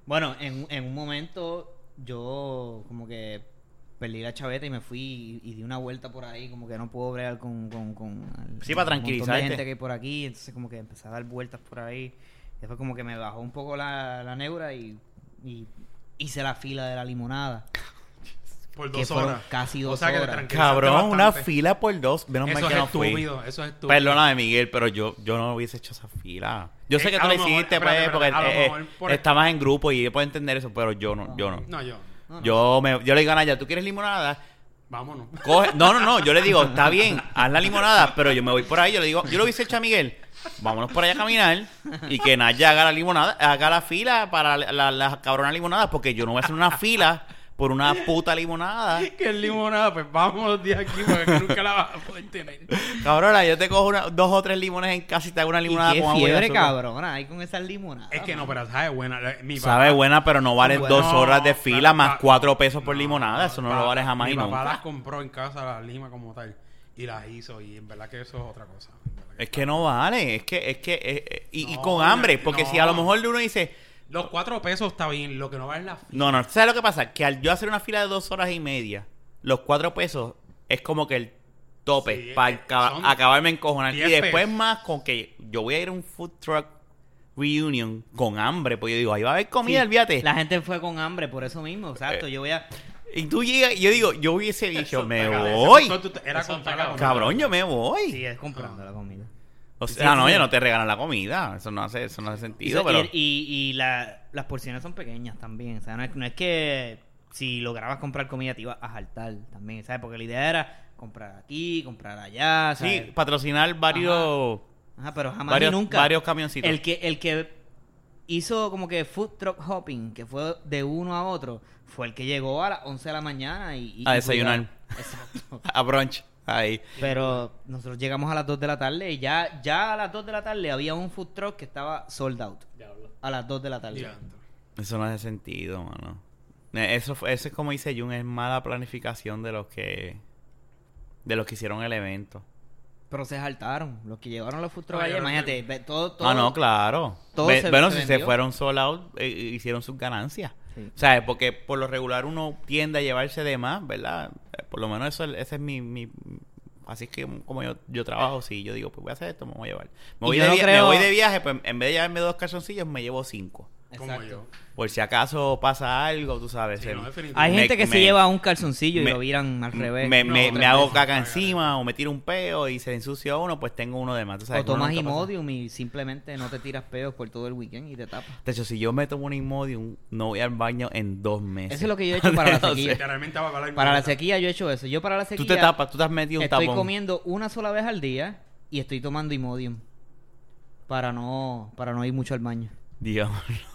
Speaker 4: Bueno, en, en un momento yo como que perdí la chaveta y me fui y, y di una vuelta por ahí, como que no puedo bregar con... con, con el-
Speaker 1: Sí, para
Speaker 4: el montón de
Speaker 1: tranquilizarte.
Speaker 4: gente que hay por aquí, entonces como que empecé a dar vueltas por ahí. Después como que me bajó un poco la, la neura y, y hice la fila de la limonada.
Speaker 3: Por
Speaker 4: que
Speaker 3: dos
Speaker 4: fueron
Speaker 3: horas.
Speaker 4: casi
Speaker 3: O
Speaker 4: dos
Speaker 3: sea que te
Speaker 4: horas.
Speaker 3: tranquilizaste
Speaker 1: Cabrón, una
Speaker 3: bastante.
Speaker 1: fila por dos. Menos mal
Speaker 3: Eso
Speaker 1: que
Speaker 3: es
Speaker 1: no fui.
Speaker 3: estúpido, eso es estúpido.
Speaker 1: Perdóname, Miguel, pero yo, yo no hubiese hecho esa fila. Yo sé
Speaker 3: Eh,
Speaker 1: que
Speaker 3: a
Speaker 1: tú
Speaker 3: lo
Speaker 1: lo
Speaker 3: mejor,
Speaker 1: hiciste,
Speaker 3: espérate,
Speaker 1: pues,
Speaker 3: espérate,
Speaker 1: porque
Speaker 3: a lo
Speaker 1: eh, eh,
Speaker 3: mejor por-
Speaker 1: estabas en grupo y yo puedo entender eso, pero yo no, yo no.
Speaker 3: No, yo.
Speaker 4: No, no.
Speaker 1: Yo, me, yo le digo a Naya, ¿tú quieres limonada?
Speaker 3: Vámonos. <laughs>
Speaker 1: Coge- no, no, no, yo le digo, está bien, haz la limonada, pero yo me voy por ahí, yo le digo, yo lo hice hecho a Miguel, vámonos por allá a caminar y que Naya haga la limonada, haga la fila para la- la- las cabronas limonadas, porque yo no voy a hacer una fila por una puta limonada.
Speaker 3: que es limonada, pues vámonos de aquí porque nunca la vas a poder tener.
Speaker 1: Cabrona, yo te cojo una- dos o tres limones en casa y te hago una
Speaker 4: Y
Speaker 1: limonada
Speaker 4: qué
Speaker 1: con agua y
Speaker 4: fiebre,
Speaker 1: azúcar.
Speaker 4: cabrona, ahí con esas limonadas.
Speaker 3: Es que no, pero sabe buena. la- Mi papá-
Speaker 1: Sabe buena, pero no vale
Speaker 3: Bueno,
Speaker 1: dos horas de fila
Speaker 3: claro,
Speaker 1: más
Speaker 3: pa-
Speaker 1: cuatro pesos por
Speaker 3: no,
Speaker 1: limonada, eso no
Speaker 3: pa-
Speaker 1: lo vale jamás
Speaker 3: Mi
Speaker 1: y
Speaker 3: papá las
Speaker 1: nunca.
Speaker 3: compró en casa, las lima como tal, y las hizo, y en verdad que eso es otra cosa. en verdad que-
Speaker 1: Es que no vale, es que, es que, eh, eh, y, y
Speaker 3: No,
Speaker 1: con hambre, porque
Speaker 3: no.
Speaker 1: si a lo mejor uno dice,
Speaker 3: Los cuatro pesos está bien, lo que no vale es la fila.
Speaker 1: No, no, ¿sabes lo que pasa? Que al yo hacer una fila de dos horas y media, los cuatro pesos es como que el tope
Speaker 3: Sí,
Speaker 1: para
Speaker 3: eh,
Speaker 1: acaba-
Speaker 3: son
Speaker 1: acabarme encojonar. Y
Speaker 3: 10
Speaker 1: después
Speaker 3: pesos.
Speaker 1: más con que yo voy a ir a un food truck reunion con hambre, porque yo digo, ahí va a haber comida,
Speaker 4: Sí,
Speaker 1: olvídate. Eh,
Speaker 4: La gente fue con hambre, por eso mismo, exacto. Yo voy a...
Speaker 1: Y tú llegas, y yo digo, yo hubiese dicho, me
Speaker 3: Era-
Speaker 1: voy.
Speaker 3: eso- eso- Era
Speaker 2: Eso
Speaker 3: comprar
Speaker 2: está
Speaker 3: la comida.
Speaker 1: Cabrón, yo me voy.
Speaker 4: Sí, es comprando la comida.
Speaker 1: O sea, no, yo no te regalan la comida. Eso no hace, eso no hace
Speaker 4: Y,
Speaker 1: sentido,
Speaker 4: so-
Speaker 1: pero...
Speaker 4: y- y- y la- las porciones son pequeñas también. O sea, no es, no es que si lograbas comprar comida te ibas a saltar también, ¿sabes? Porque la idea era comprar aquí, comprar allá, ¿sabes?
Speaker 1: Sí, patrocinar varios,
Speaker 4: Ajá, pero jamás
Speaker 1: varios,
Speaker 4: ni nunca.
Speaker 1: varios camioncitos.
Speaker 4: el que el que hizo como que food truck hopping, que fue de uno a otro, fue el que llegó a las 11 de la mañana y... y-
Speaker 1: A
Speaker 4: y-
Speaker 1: desayunar.
Speaker 4: Exacto.
Speaker 1: A brunch. Ahí.
Speaker 4: Pero nosotros llegamos a las 2 de la tarde y ya, ya a las 2 de la tarde había un food truck que estaba sold out. A las 2 de la tarde.
Speaker 3: Diablo.
Speaker 1: Eso no hace sentido, mano. Eh, Eso, fue- eso es como dice Jun, es mala planificación de los que de los que hicieron el evento.
Speaker 4: Pero se saltaron. Los que llevaron los food
Speaker 3: Ah,
Speaker 4: trucks allá,
Speaker 3: llevaron-
Speaker 4: imagínate, ve- todo, todo.
Speaker 1: ah, no, claro.
Speaker 4: todo
Speaker 1: Ve-
Speaker 4: se-
Speaker 1: bueno,
Speaker 4: se
Speaker 1: si se
Speaker 4: vendió.
Speaker 1: fueron sold out, eh, hicieron sus ganancias.
Speaker 4: Sí.
Speaker 1: O sea, porque por lo regular uno tiende a llevarse de más, ¿verdad? Eh, Por lo menos eso es- ese es mi... mi- así es que como yo, yo trabajo, si yo digo, pues voy a hacer esto, me voy a llevar. Me
Speaker 4: Y
Speaker 1: voy,
Speaker 4: yo
Speaker 1: de,
Speaker 4: no
Speaker 1: vi- me
Speaker 4: creo-
Speaker 1: voy de viaje, pues en vez de llevarme dos calzoncillos, me llevo cinco.
Speaker 3: Como
Speaker 4: Exacto.
Speaker 3: yo.
Speaker 1: Por si acaso pasa algo, tú sabes.
Speaker 3: Sí,
Speaker 1: el-
Speaker 3: no, definitivo.
Speaker 4: Hay
Speaker 1: Me-
Speaker 4: gente que se
Speaker 1: me-
Speaker 4: lleva un calzoncillo
Speaker 1: me-
Speaker 4: y lo viran al revés.
Speaker 1: me,
Speaker 3: No,
Speaker 1: me-
Speaker 3: otra
Speaker 1: me hago
Speaker 3: cosa,
Speaker 1: caca
Speaker 3: cagar.
Speaker 1: encima o me tiro un peo y se ensucia uno, pues tengo uno de más. Tú sabes
Speaker 4: o
Speaker 1: que uno
Speaker 4: tomas
Speaker 1: nunca pasa.
Speaker 4: Imodium y simplemente no te tiras pedos por todo el weekend y te tapas.
Speaker 1: De hecho, si yo me tomo un Imodium, no voy al baño en dos meses.
Speaker 4: Eso es lo que yo he hecho para la
Speaker 1: <laughs> No sé.
Speaker 4: sequía.
Speaker 3: Literalmente va a valer
Speaker 4: Para la
Speaker 3: nada.
Speaker 4: sequía yo he hecho eso. Yo para la
Speaker 1: Tú
Speaker 4: sequía
Speaker 1: te tapas, tú te has metido un
Speaker 4: estoy
Speaker 1: tapón.
Speaker 4: comiendo una sola vez al día y estoy tomando Imodium. Para no, para no ir mucho al baño.
Speaker 1: Dios. <laughs>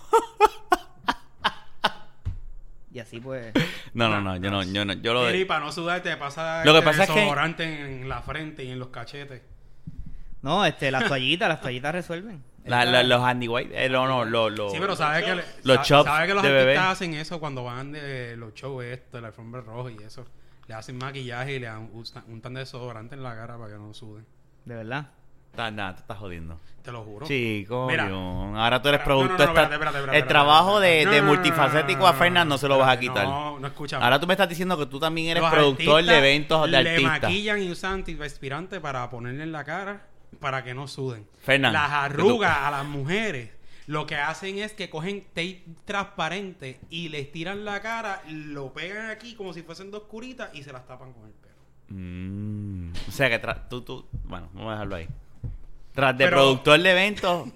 Speaker 4: Y así pues...
Speaker 1: No, no, no, yo no, yo no, yo lo
Speaker 3: Mira, y para no sudarte, te pasa
Speaker 1: Lo que
Speaker 3: este
Speaker 1: pasa es que-
Speaker 3: desodorante en la frente y en los cachetes.
Speaker 4: No, este, las toallitas, las toallitas resuelven.
Speaker 1: La- la- los Andy White. eh, no, no, los. los-
Speaker 3: Sí, pero sabes que, le-
Speaker 1: Los
Speaker 3: sa-
Speaker 1: chops
Speaker 3: sabes que los
Speaker 1: de
Speaker 3: artistas
Speaker 1: bebé.
Speaker 3: hacen eso cuando van de los shows estos, la alfombra roja y eso. Le hacen maquillaje y le dan- usan- untan desodorante en la cara para que no suden.
Speaker 4: De verdad.
Speaker 1: Nah, nah, tú estás jodiendo.
Speaker 3: Te lo juro.
Speaker 1: Chico,
Speaker 3: Mira.
Speaker 1: Dion, ahora tú eres
Speaker 3: Espera, no, no,
Speaker 1: producto.
Speaker 3: no,
Speaker 1: esta-
Speaker 3: espérate, espérate, espérate,
Speaker 1: el
Speaker 3: espérate,
Speaker 1: trabajo
Speaker 3: espérate.
Speaker 1: de,
Speaker 3: No,
Speaker 1: de
Speaker 3: no, no, no,
Speaker 1: multifacético
Speaker 3: no,
Speaker 1: a
Speaker 3: no,
Speaker 1: Fernan no se lo vas a quitar.
Speaker 3: No, no escucha.
Speaker 1: Ahora tú me estás diciendo que tú también eres
Speaker 3: Los
Speaker 1: productor de
Speaker 3: artistas
Speaker 1: eventos de
Speaker 3: Le
Speaker 1: artistas.
Speaker 3: maquillan y usan antitranspirante para ponerle en la cara para que no suden.
Speaker 1: Fernan,
Speaker 3: Las
Speaker 1: que tú-
Speaker 3: arrugas a las mujeres. Lo que hacen es que cogen tape transparente y les tiran la cara, lo pegan aquí como si fuesen dos curitas y se las tapan con el pelo.
Speaker 1: Mm, o sea que tra- tú, tú, bueno, vamos a dejarlo ahí. Tras de
Speaker 3: Pero-
Speaker 1: productor de eventos,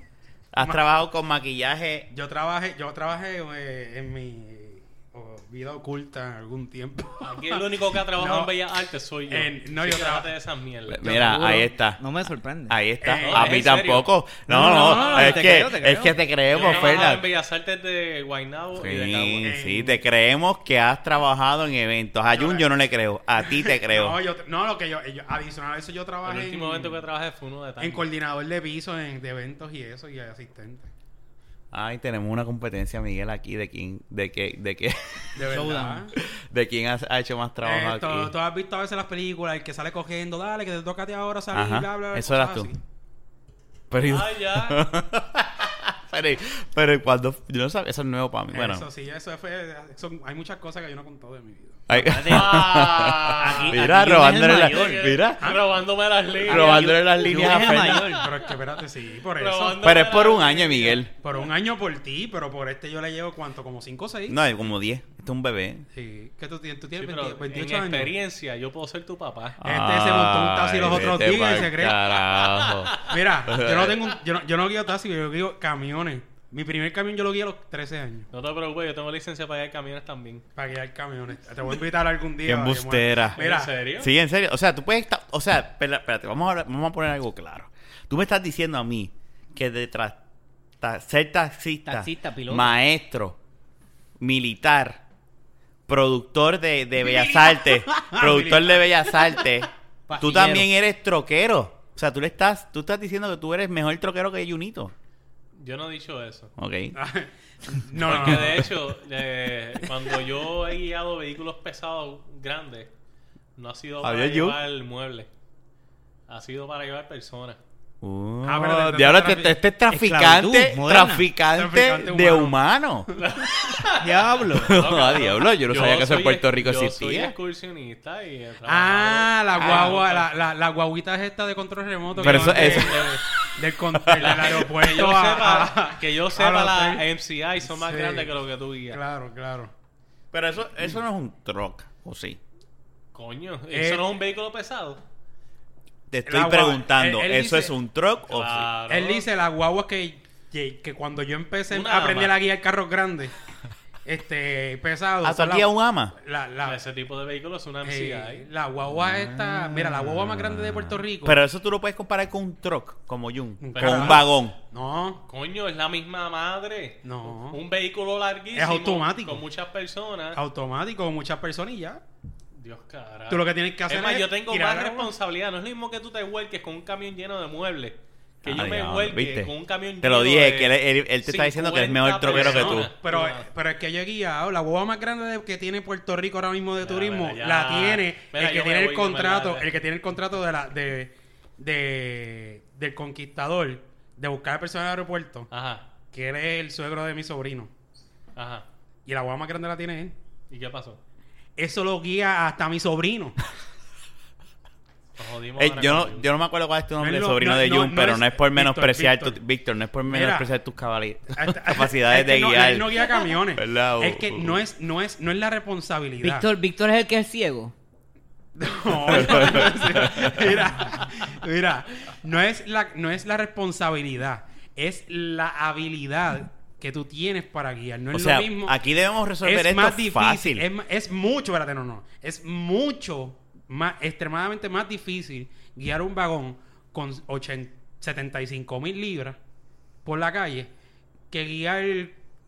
Speaker 1: has trabajado con maquillaje.
Speaker 3: Yo trabajé, yo trabajé eh, en mi eh, oh, vida oculta en algún tiempo.
Speaker 1: <laughs>
Speaker 2: Aquí el único que ha trabajado
Speaker 3: No.
Speaker 2: en Bellas Artes soy yo.
Speaker 3: En- no,
Speaker 2: Sí,
Speaker 3: yo
Speaker 2: déjate
Speaker 3: trabajo-
Speaker 2: de esas mierdas.
Speaker 1: Mira,
Speaker 4: Seguro.
Speaker 1: ahí está.
Speaker 4: No me sorprende.
Speaker 1: Ahí está.
Speaker 3: Eh,
Speaker 1: a
Speaker 2: ¿en
Speaker 1: mí
Speaker 2: serio?
Speaker 1: tampoco. No,
Speaker 4: No,
Speaker 1: no,
Speaker 4: no, no, no,
Speaker 1: es,
Speaker 4: te
Speaker 1: que,
Speaker 4: creo, te
Speaker 1: es
Speaker 4: creo.
Speaker 1: que te
Speaker 2: Yo he
Speaker 1: creemos,
Speaker 2: trabajado en
Speaker 1: Fernan.
Speaker 2: Bellas Artes de Guaynabo y de Cabo.
Speaker 1: Sí,
Speaker 3: en-
Speaker 1: sí, te creemos que has trabajado en eventos. A Jun yo no le creo. A ti te creo.
Speaker 3: No, yo, no, lo que yo, eh, yo- adicional a eso yo
Speaker 2: El
Speaker 3: trabajé
Speaker 2: último
Speaker 3: en-
Speaker 2: evento que trabajé fue uno de tango.
Speaker 3: En coordinador de piso, en, de eventos y eso, y asistente.
Speaker 1: Ay, tenemos una competencia, Miguel, aquí de quién, de qué, de qué, <laughs>
Speaker 3: De verdad.
Speaker 1: de quién has- ha hecho más trabajo
Speaker 3: Eh, tú-
Speaker 1: aquí.
Speaker 3: Tú has visto a veces las películas, el que sale cogiendo, dale, que te toca a ti ahora salir,
Speaker 1: Ajá,
Speaker 3: bla, bla, bla.
Speaker 1: eso eras
Speaker 3: cosas
Speaker 1: tú.
Speaker 3: así.
Speaker 1: Pero,
Speaker 2: Ah,
Speaker 1: <laughs>
Speaker 2: ya.
Speaker 1: pero, pero cuando yo no sabía, eso es nuevo para mí. Bueno,
Speaker 3: Eso sí, eso fue. son- hay muchas cosas que yo no conté de mi vida.
Speaker 1: Ay, <laughs>
Speaker 2: Ah,
Speaker 4: Aquí-
Speaker 1: mira,
Speaker 4: aquí Jun es el
Speaker 1: robándole la,
Speaker 4: mayor.
Speaker 1: mira,
Speaker 2: robándome las líneas.
Speaker 1: robándole las
Speaker 4: Jun
Speaker 1: líneas
Speaker 4: es
Speaker 1: a
Speaker 4: el
Speaker 1: Fernan.
Speaker 4: mayor.
Speaker 3: Pero es que espérate, sí, por eso.
Speaker 2: Probando.
Speaker 1: Pero es por un año, Miguel.
Speaker 3: Por un año por ti, pero por este yo le llevo cuánto, como 5 o 6.
Speaker 1: No, como 10. Este es un bebé.
Speaker 3: Sí, que tú tienes, tú
Speaker 2: Sí,
Speaker 3: tienes
Speaker 2: pero
Speaker 3: 20 28
Speaker 2: en
Speaker 3: años.
Speaker 2: experiencia, yo puedo ser tu papá.
Speaker 3: Este se montó un taxi los
Speaker 1: Ay,
Speaker 3: otros
Speaker 1: vete
Speaker 3: días y
Speaker 1: pa'l
Speaker 3: se cree.
Speaker 1: Carajo. <laughs>
Speaker 3: Mira, yo no tengo, un- yo no, yo no guío taxi, yo guío camiones. Mi primer camión yo lo guío a los 13 años.
Speaker 2: No te preocupes, yo tengo licencia para guiar camiones también.
Speaker 3: Para guiar camiones. Te voy a invitar algún día.
Speaker 1: Qué
Speaker 3: para que
Speaker 1: embustera.
Speaker 3: muera.
Speaker 2: ¿En
Speaker 3: Mira,
Speaker 2: serio?
Speaker 1: Sí, en serio. O sea, tú puedes estar. O sea, espera- espérate, vamos a, hablar- vamos a poner algo claro. Tú me estás diciendo a mí que detrás ser taxista,
Speaker 4: Taxista, piloto.
Speaker 1: maestro, militar, productor de, de Bellas
Speaker 4: <laughs>
Speaker 1: Artes, productor de Bellas Artes, tú
Speaker 4: Pastillero.
Speaker 1: también eres troquero. O sea, tú le estás, tú estás diciendo que tú eres mejor troquero que Junito.
Speaker 2: Yo no he dicho eso.
Speaker 1: Ok.
Speaker 3: no, no,
Speaker 2: Porque
Speaker 3: no.
Speaker 2: Ah, de hecho, eh, cuando yo he guiado vehículos pesados grandes, no ha sido para
Speaker 1: ¿Había yo?
Speaker 2: llevar muebles. Ha sido para llevar personas.
Speaker 1: Uh,
Speaker 3: Ah, pero de- de-
Speaker 1: diablo,
Speaker 3: de-
Speaker 1: este, este es traficante,
Speaker 4: esclavitud moderna.
Speaker 1: traficante,
Speaker 3: Traficante
Speaker 1: de
Speaker 3: humano.
Speaker 1: humano. <laughs>
Speaker 3: <laughs>
Speaker 4: Diablo.
Speaker 1: <laughs> Ah, diablo, yo no sabía que eso en
Speaker 2: soy
Speaker 1: Puerto
Speaker 2: ex-
Speaker 1: Rico
Speaker 2: yo Soy
Speaker 1: existía.
Speaker 2: excursionista y he
Speaker 3: Ah,
Speaker 2: trabajado-
Speaker 3: la guagua,
Speaker 2: Ah,
Speaker 3: la, la, la guaguita es esta de control remoto.
Speaker 1: Pero
Speaker 3: que
Speaker 1: eso-
Speaker 3: van de-
Speaker 1: eso-
Speaker 3: de-
Speaker 2: <laughs>
Speaker 3: del, con- del aeropuerto. <laughs>
Speaker 2: Que yo
Speaker 3: a-
Speaker 2: sepa,
Speaker 3: a-
Speaker 2: que yo
Speaker 3: al
Speaker 2: sepa la
Speaker 3: hotel.
Speaker 2: MCI son más
Speaker 3: ah, Sí.
Speaker 2: grandes que lo que tú guías.
Speaker 3: Claro, claro.
Speaker 1: Pero eso, eso no es un truck, ¿o sí?
Speaker 2: Coño, ¿eso
Speaker 3: Eh,
Speaker 2: no es un vehículo pesado?
Speaker 1: Te estoy
Speaker 3: agua-
Speaker 1: preguntando,
Speaker 3: él- él
Speaker 1: ¿eso
Speaker 3: dice-
Speaker 1: es un truck o sí?
Speaker 2: Claro.
Speaker 3: Él dice la guagua que, que, que cuando yo empecé
Speaker 2: Una
Speaker 3: a aprender
Speaker 2: ama.
Speaker 3: a guiar carros grandes, este, pesado.
Speaker 1: ¿Hasta Ah, aquí a un ama?
Speaker 3: La, la,
Speaker 2: Ese tipo de vehículo es una MCI.
Speaker 3: eh, la guagua esta, mira, la guagua más grande
Speaker 2: Ah.
Speaker 3: de Puerto Rico.
Speaker 1: Pero eso tú lo puedes comparar con un truck, como Jun,
Speaker 3: Nunca.
Speaker 1: con un vagón.
Speaker 3: No,
Speaker 2: Coño, es la misma madre.
Speaker 3: No.
Speaker 2: Un vehículo larguísimo.
Speaker 3: Es automático.
Speaker 2: Con muchas personas.
Speaker 3: automático, con muchas personas y ya.
Speaker 2: Dios carajo.
Speaker 3: Tú lo que tienes que hacer
Speaker 2: es más,
Speaker 3: es
Speaker 2: yo tengo
Speaker 3: tirar
Speaker 2: más
Speaker 3: la bola.
Speaker 2: responsabilidad. No es lo mismo que tú te vuelques con un camión lleno de muebles. Que yo
Speaker 1: Ay,
Speaker 2: me
Speaker 1: Ah, diablo,
Speaker 2: vuelque
Speaker 1: ¿viste?
Speaker 2: con un camión
Speaker 1: Te lo
Speaker 2: lleno
Speaker 1: dije,
Speaker 2: de
Speaker 1: que él, él- él te está diciendo que es mejor
Speaker 2: 50
Speaker 1: troquero que tú.
Speaker 2: personas. Ah,
Speaker 3: Pero, eh,
Speaker 2: Claro.
Speaker 3: pero es que yo he guiado. La boba más grande de- que tiene Puerto Rico ahora mismo de
Speaker 2: Mira,
Speaker 3: turismo
Speaker 2: mira, ya.
Speaker 3: la tiene
Speaker 2: Mira,
Speaker 3: el que
Speaker 2: yo me
Speaker 3: tiene el
Speaker 2: voy, yo me
Speaker 3: contrato,
Speaker 2: la-
Speaker 3: el que tiene el contrato de la de, de del conquistador de buscar a personas en el aeropuerto,
Speaker 2: Ajá,
Speaker 3: que él es el suegro de mi sobrino.
Speaker 2: ajá.
Speaker 3: Y la boba más grande la tiene él.
Speaker 2: ¿Y qué pasó?
Speaker 3: Eso lo guía hasta mi sobrino.
Speaker 2: Nos jodimos.
Speaker 1: Eh,
Speaker 2: ahora
Speaker 1: yo,
Speaker 2: con-
Speaker 1: no, yo no me acuerdo cuál es tu nombre,
Speaker 3: No es
Speaker 1: el
Speaker 3: lo-
Speaker 1: sobrino
Speaker 3: no-
Speaker 1: de
Speaker 3: no-
Speaker 1: Jun,
Speaker 3: no
Speaker 1: pero
Speaker 3: es-
Speaker 1: no es por
Speaker 3: Víctor,
Speaker 1: menospreciar, tu-
Speaker 3: Víctor.
Speaker 1: Víctor, no es por menospreciar tus cabali-
Speaker 3: Hasta-
Speaker 1: <laughs> capacidades
Speaker 3: es que
Speaker 1: de
Speaker 3: no,
Speaker 1: guiar.
Speaker 3: él no guía
Speaker 1: <laughs>
Speaker 3: camiones.
Speaker 1: ¿Verdad? uh,
Speaker 3: Es que no es, no es, no es la responsabilidad.
Speaker 4: Víctor, Víctor es el que es ciego.
Speaker 3: No,
Speaker 1: <laughs>
Speaker 3: <laughs> mira, mira, no es la, no es la responsabilidad, es la habilidad que tú tienes para guiar. No es
Speaker 1: O
Speaker 3: lo
Speaker 1: sea,
Speaker 3: mismo.
Speaker 1: aquí debemos resolver
Speaker 3: es
Speaker 1: esto
Speaker 3: más difícil,
Speaker 1: fácil.
Speaker 3: Es, ma- es mucho, espérate, no, no. Es mucho, más, extremadamente más difícil guiar un vagón con 80 75 mil libras por la calle que guiar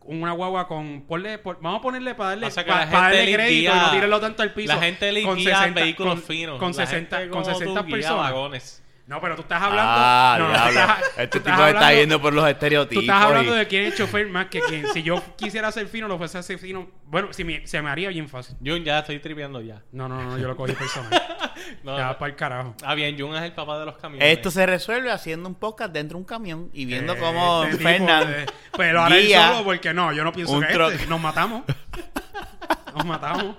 Speaker 3: una guagua con ponle, por- vamos a ponerle para darle,
Speaker 2: O sea, que
Speaker 3: pa-
Speaker 2: la
Speaker 3: para
Speaker 2: gente
Speaker 3: darle
Speaker 2: le
Speaker 3: crédito y
Speaker 2: guía-
Speaker 3: no tirarlo tanto al piso
Speaker 2: La gente le
Speaker 3: con
Speaker 2: guía
Speaker 3: 60
Speaker 2: vehículos
Speaker 3: con-
Speaker 2: finos.
Speaker 3: con
Speaker 2: La gente
Speaker 3: 60 con
Speaker 2: como tú
Speaker 3: 60
Speaker 2: guía
Speaker 3: personas
Speaker 2: vagones.
Speaker 3: No, pero tú estás hablando.
Speaker 1: ah,
Speaker 3: no, no, tú
Speaker 1: diablo.
Speaker 3: estás- tú
Speaker 1: este
Speaker 3: estás
Speaker 1: tipo está
Speaker 3: hablando-
Speaker 1: yendo por los
Speaker 3: Tú
Speaker 1: estereotipos.
Speaker 3: estás hablando
Speaker 1: y-
Speaker 3: de quién es chofer más que quién. Si
Speaker 2: <laughs>
Speaker 3: yo quisiera ser fino, lo fuese a ser fino. Bueno, si me- se me haría bien fácil.
Speaker 2: Jun, ya estoy tripeando ya.
Speaker 3: No, no, no, yo lo cogí
Speaker 2: <laughs>
Speaker 3: personal.
Speaker 2: No,
Speaker 3: Ya,
Speaker 2: no.
Speaker 3: para el carajo.
Speaker 2: Ah, bien, Jun es el papá de los camiones.
Speaker 1: Esto se resuelve haciendo un podcast dentro de un camión y viendo
Speaker 3: Eh,
Speaker 1: cómo
Speaker 3: este tipo
Speaker 1: Fernan
Speaker 3: de- Pero ahora él
Speaker 1: guía-
Speaker 3: solo, porque no, yo no pienso
Speaker 1: un
Speaker 3: que
Speaker 1: truck.
Speaker 3: este. Nos matamos. Nos matamos.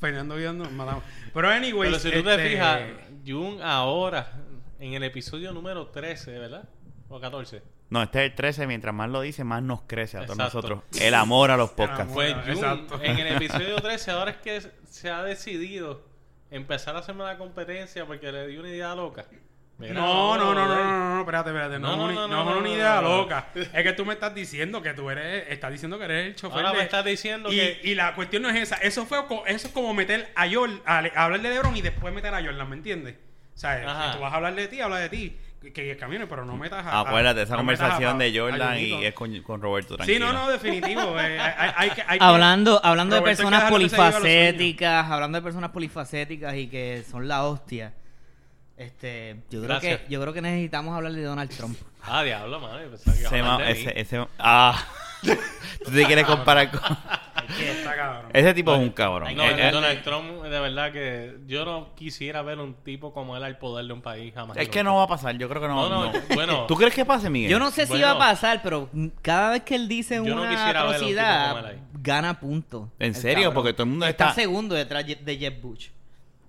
Speaker 3: Fernando Guiando, nos matamos. Pero, anyway.
Speaker 2: Pero si tú
Speaker 3: este,
Speaker 2: te fijas, Jun ahora, en el episodio número 13, ¿verdad? O 14.
Speaker 1: No, este es el 13. Mientras más lo dice, más nos crece a todos
Speaker 2: Exacto.
Speaker 1: nosotros. El amor a los podcasts.
Speaker 3: amor.
Speaker 2: Fue
Speaker 3: Bueno,
Speaker 2: Jun.
Speaker 3: exacto.
Speaker 2: En
Speaker 3: <laughs>
Speaker 2: el episodio 13, ahora es que se ha decidido empezar a hacerme la competencia porque le di una idea loca. Mira,
Speaker 3: No, no, no, no, no,
Speaker 2: brother.
Speaker 3: no, no, espérate, espérate. No,
Speaker 2: No,
Speaker 3: no,
Speaker 2: no,
Speaker 3: no,
Speaker 2: no,
Speaker 3: no,
Speaker 2: no,
Speaker 3: no,
Speaker 2: no,
Speaker 3: ni idea
Speaker 2: no, no.
Speaker 3: loca. Es que tú me estás diciendo que tú eres, estás diciendo que eres el chofer.
Speaker 2: Ahora me
Speaker 3: de-
Speaker 2: estás diciendo
Speaker 3: y,
Speaker 2: que.
Speaker 3: y la cuestión no es esa. Eso fue co- eso es como meter a Jordan, a, Le- a hablar de LeBron y después meter a Jordan, ¿me entiendes? O sea,
Speaker 2: Ajá.
Speaker 3: tú vas a hablar de ti, habla de ti, que, que camiones, pero no metas a.
Speaker 1: Acuérdate,
Speaker 3: a-
Speaker 1: esa
Speaker 3: no metas
Speaker 1: conversación
Speaker 3: a-
Speaker 1: de
Speaker 3: a
Speaker 1: Jordan y
Speaker 3: Junito.
Speaker 1: es con, con Roberto.
Speaker 3: Sí,
Speaker 1: Tranquilo.
Speaker 3: no, no, definitivo. eh, hay, hay que- hay que-
Speaker 4: Hablando, hablando de
Speaker 3: Roberto, hay que
Speaker 4: personas
Speaker 3: dejarlo que se viva los sueños.
Speaker 4: polifacéticas, hablando de personas polifacéticas y que son la hostia. Este, yo creo
Speaker 2: Gracias.
Speaker 4: que yo creo que necesitamos hablar de Donald Trump.
Speaker 2: Ah, diablo, mano. yo pensaba que iba a
Speaker 1: Ese
Speaker 2: hablar
Speaker 1: ma-
Speaker 2: de mí.
Speaker 1: ese- ese- ah. <laughs> Tú te quieres comparar con.
Speaker 3: Está cabrón.
Speaker 1: Ese tipo es un cabrón.
Speaker 2: No,
Speaker 1: Eh, eh,
Speaker 2: Donald Trump, de verdad que yo no quisiera ver un tipo como él al poder de un país jamás.
Speaker 1: es
Speaker 2: y
Speaker 1: que
Speaker 2: nunca.
Speaker 1: no va a pasar. Yo creo que no.
Speaker 2: No, no,
Speaker 1: no.
Speaker 2: bueno.
Speaker 1: ¿Tú crees que pase, Miguel?
Speaker 4: Yo no sé si
Speaker 2: Bueno.
Speaker 4: va a pasar, pero cada vez que él dice
Speaker 2: Yo no
Speaker 4: una
Speaker 2: quisiera ver a un tipo
Speaker 4: atrocidad,
Speaker 2: como él ahí.
Speaker 4: gana punto.
Speaker 1: ¿En
Speaker 4: El
Speaker 1: serio? Porque todo el mundo
Speaker 4: está...
Speaker 1: está-
Speaker 4: segundo detrás ye- de Jeff Bush.